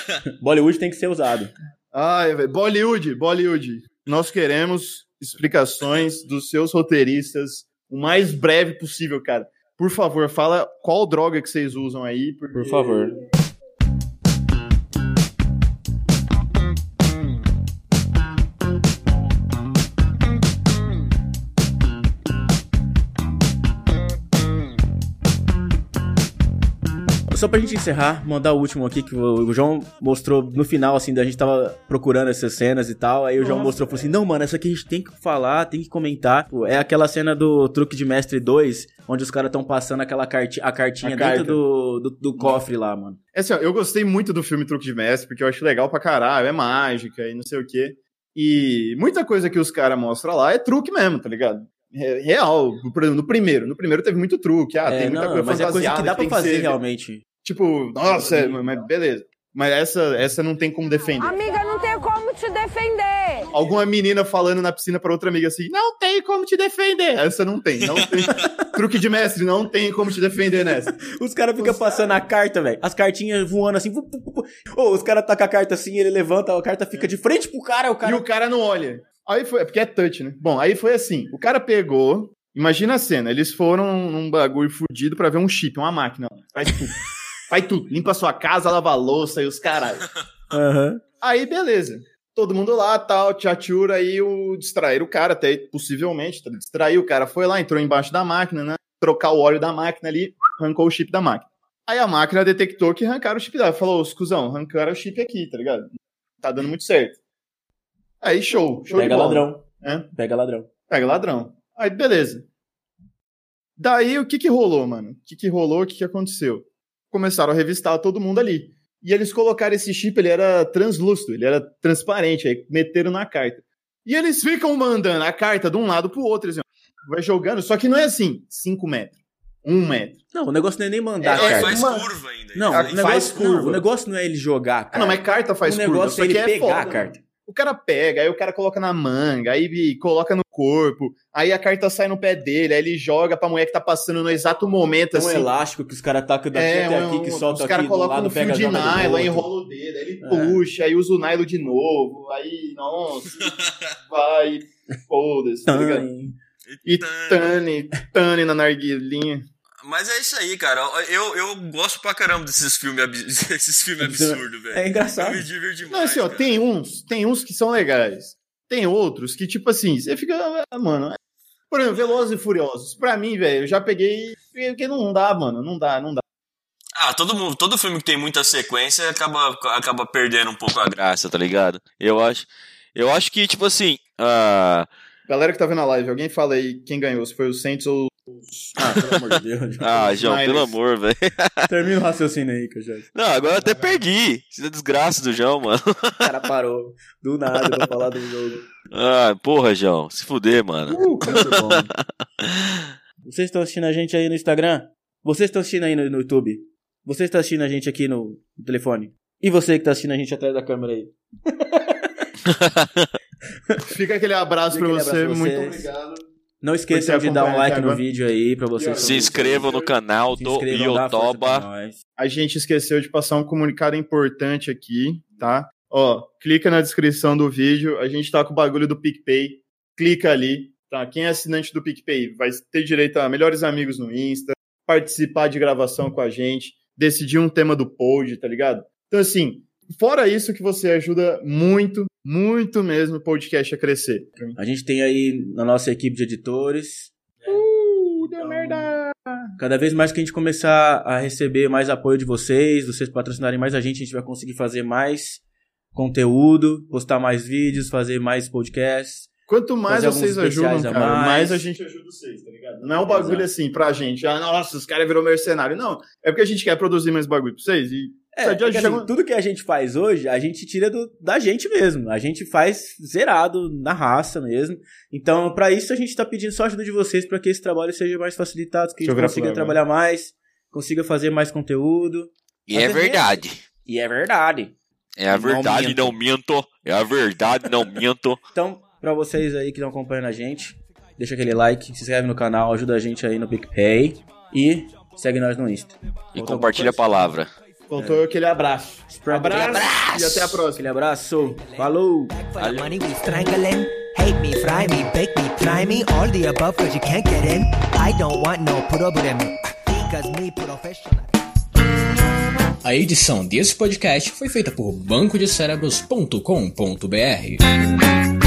Speaker 2: Bollywood tem que ser usado.
Speaker 1: Ai, velho. Bollywood, Bollywood. Nós queremos explicações dos seus roteiristas o mais breve possível, cara. Por favor, fala qual droga que vocês usam aí. porque-
Speaker 2: Por favor. Só pra gente encerrar, mandar o último aqui que o João mostrou no final, assim, da gente tava procurando essas cenas e tal. Aí o João mostrou falou assim: Não, mano, essa aqui a gente tem que falar, tem que comentar. Pô, É aquela cena do Truque de Mestre 2, onde os caras tão passando aquela carti a cartinha
Speaker 1: A
Speaker 2: dentro
Speaker 1: carta.
Speaker 2: do, do, do cofre lá, mano.
Speaker 1: É assim, ó, eu gostei muito do filme Truque de Mestre, porque eu acho legal pra caralho, é mágica e não sei o quê. E muita coisa que os caras mostram lá é truque mesmo, tá ligado? É Real, por exemplo, no primeiro. No primeiro teve muito truque. Ah,
Speaker 2: é,
Speaker 1: tem muita
Speaker 2: não,
Speaker 1: coisa
Speaker 2: mas é coisa que
Speaker 1: fantasiada
Speaker 2: dá pra
Speaker 1: tem
Speaker 2: fazer
Speaker 1: ser- né?
Speaker 2: realmente.
Speaker 1: Tipo, nossa, é, mas beleza. Mas essa, essa não tem como defender.
Speaker 6: Amiga, não tem como te defender.
Speaker 1: Alguma menina falando na piscina pra outra amiga assim, não tem como te defender. Essa não tem, não
Speaker 2: *laughs*
Speaker 1: tem. truque de mestre, não tem como te defender nessa.
Speaker 2: Os caras ficam passando a carta, velho. As cartinhas voando assim. pu, pu, pu, pu. Ô, os caras tacam a carta assim, ele levanta, a carta fica de frente pro cara, o cara.
Speaker 1: É. E o cara não olha. Aí foi, é porque é touch, né? Bom, aí foi assim, o cara pegou, imagina a cena, eles foram num bagulho fudido pra ver um chip, uma máquina. Faz
Speaker 2: *laughs*
Speaker 1: tudo. Faz tudo, limpa sua casa, lava a louça e os caralho.
Speaker 2: Aham.
Speaker 1: Aí, beleza. Todo mundo lá, tal, tchatchura, aí o distrair o cara, até possivelmente, tá? distrair o cara, foi lá, entrou embaixo da máquina, né? Trocar o óleo da máquina ali, arrancou o chip da máquina. Aí a máquina detectou que arrancaram o chip dela. Falou, escusão, arrancaram o chip aqui, tá ligado? Tá dando muito certo. Aí, show, show de
Speaker 2: Pega
Speaker 1: bola. É.
Speaker 2: ladrão.
Speaker 1: Hã?
Speaker 2: Pega ladrão.
Speaker 1: Pega ladrão. Aí, beleza. Daí, o que que rolou, mano? O que que rolou? O que que aconteceu? Começaram a revistar todo mundo ali. E eles colocaram esse chip, ele era translúcido, ele era transparente, aí meteram na carta. E eles ficam mandando a carta de um lado pro outro, assim, ó. vai jogando, só que não é assim, 5 metros, 1 um metro.
Speaker 2: Não, o negócio não é nem mandar a
Speaker 1: É,
Speaker 2: carta.
Speaker 4: faz
Speaker 1: Mano.
Speaker 4: curva ainda.
Speaker 2: Não,
Speaker 1: Ela
Speaker 2: o negócio,
Speaker 1: faz curva.
Speaker 2: não, o negócio não é ele jogar, cara.
Speaker 1: Ah, não, mas carta faz
Speaker 2: o
Speaker 1: curva,
Speaker 2: negócio
Speaker 1: só
Speaker 2: é ele
Speaker 1: que é
Speaker 2: pegar
Speaker 1: foda,
Speaker 2: a carta.
Speaker 1: O cara pega, aí o cara coloca na manga, aí coloca no corpo, aí a carta sai no pé dele, aí ele joga pra mulher que tá passando no exato momento,
Speaker 2: Tem um
Speaker 1: assim. é,
Speaker 2: elástico que os caras tacam daqui até aqui, que
Speaker 1: um,
Speaker 2: solta
Speaker 1: os caras
Speaker 2: aqui do
Speaker 1: colocam
Speaker 2: lado,
Speaker 1: um fio
Speaker 2: pega
Speaker 1: de
Speaker 2: a jogada do
Speaker 1: nylon,
Speaker 2: outro.
Speaker 1: enrola o dedo, aí ele
Speaker 2: É.
Speaker 1: puxa, aí usa o nylon de novo, aí, nossa, vai, foda-se, tá ligado?
Speaker 2: Tan.
Speaker 1: E Tane, Tane na narguilinha.
Speaker 4: Mas é isso aí, cara. Eu, eu gosto pra caramba desses filmes abs... *laughs* desses filmes absurdos, velho.
Speaker 2: É
Speaker 4: Eu
Speaker 2: engraçado.
Speaker 4: me divirto demais.
Speaker 1: Não, assim, ó,
Speaker 4: cara.
Speaker 1: tem uns, tem uns que são legais, tem outros que, tipo assim, você fica, ah, mano... é- Por exemplo, Velozes e Furiosos. Pra mim, velho, eu já peguei... Porque não dá, mano. Não dá, não dá.
Speaker 4: Ah, todo mundo, todo filme que tem muita sequência acaba, acaba perdendo um pouco a graça, tá ligado? Eu acho, eu acho que tipo assim, ah,
Speaker 1: Galera que tá vendo a live, alguém fala aí quem ganhou. Se foi o *laughs* Saints ou... os- Ah, pelo amor de Deus.
Speaker 4: ah, João,
Speaker 1: Niners.
Speaker 4: pelo amor, velho. *laughs*
Speaker 2: *laughs* Termina o raciocínio aí, que eu já...
Speaker 4: Não, agora eu até perdi. Isso é desgraça do João, mano.
Speaker 2: O cara parou do nada pra falar do jogo.
Speaker 4: Ah, porra, João, se fuder, mano.
Speaker 2: Vocês estão assistindo a gente aí no Instagram? Vocês estão assistindo aí no, no YouTube? Vocês estão assistindo a gente aqui no, no telefone? E você que tá assistindo a gente atrás da câmera aí?
Speaker 1: Fica aquele abraço
Speaker 2: Fica
Speaker 1: pra
Speaker 2: aquele
Speaker 1: você.
Speaker 2: abraço pra
Speaker 1: muito
Speaker 2: vocês.
Speaker 1: obrigado.
Speaker 2: Não esqueçam
Speaker 1: Por ter
Speaker 2: de dar um
Speaker 1: acompanhado
Speaker 2: like
Speaker 1: até
Speaker 2: no
Speaker 1: agora.
Speaker 2: vídeo aí pra vocês.
Speaker 1: Se
Speaker 4: Se inscrevam no canal
Speaker 2: Se
Speaker 4: do
Speaker 2: inscrevam, dá força pra
Speaker 4: Iotoba.
Speaker 2: nós.
Speaker 1: A gente esqueceu de passar um comunicado importante aqui, tá? Ó, clica na descrição do vídeo. A gente tá com o bagulho do PicPay. Clica ali, tá? Quem é assinante do PicPay vai ter direito a melhores amigos no Insta, participar de gravação com a gente, decidir um tema do pod, tá ligado? Então, assim, fora isso que você ajuda muito, muito mesmo o podcast a crescer.
Speaker 2: A gente tem aí na nossa equipe de editores.
Speaker 1: Uh,
Speaker 2: Então,
Speaker 1: deu merda!
Speaker 2: Cada vez mais que a gente começar a receber mais apoio de vocês, vocês patrocinarem mais a gente, a gente vai conseguir fazer mais conteúdo, postar mais vídeos, fazer mais podcasts.
Speaker 1: Quanto mais
Speaker 2: Fazer alguns
Speaker 1: vocês ajudam,
Speaker 2: especiais a
Speaker 1: cara, mais.
Speaker 2: mais.
Speaker 1: a gente ajuda vocês, tá ligado? Não é um bagulho assim pra gente. Ah, nossa, os caras virou mercenário. Não, é porque a gente quer produzir mais bagulho pra vocês e
Speaker 2: É,
Speaker 1: Só
Speaker 2: é
Speaker 1: de
Speaker 2: que
Speaker 1: hoje
Speaker 2: assim,
Speaker 1: chegou-
Speaker 2: tudo que a gente faz hoje, a gente tira do- da gente mesmo. A gente faz zerado, na raça mesmo. Então, pra isso, a gente tá pedindo só a ajuda de vocês pra que esse trabalho seja mais facilitado, que
Speaker 1: Deixa eu
Speaker 2: a gente
Speaker 1: gravar
Speaker 2: consiga
Speaker 1: agora.
Speaker 2: trabalhar mais, consiga fazer mais conteúdo.
Speaker 3: E é verdade.
Speaker 2: E é verdade.
Speaker 3: É a
Speaker 2: Não
Speaker 3: verdade,
Speaker 2: minto.
Speaker 3: não minto. É a verdade, não minto.
Speaker 2: Então, pra vocês aí que estão acompanhando a gente, deixa aquele like, se inscreve no canal, ajuda a gente aí no PicPay e segue nós no Insta.
Speaker 3: E compartilha a palavra.
Speaker 1: faltou aquele abraço.
Speaker 2: É. Abraço!
Speaker 1: E até a próxima.
Speaker 2: Aquele abraço. Falou!
Speaker 7: for the money we strangling. Hey, Bake me, fry me, bake me, try me. All the above, cause you can't get in. I don't want no problem. Because me professional.
Speaker 8: A edição desse podcast foi feita por bancodecerebros.com.br.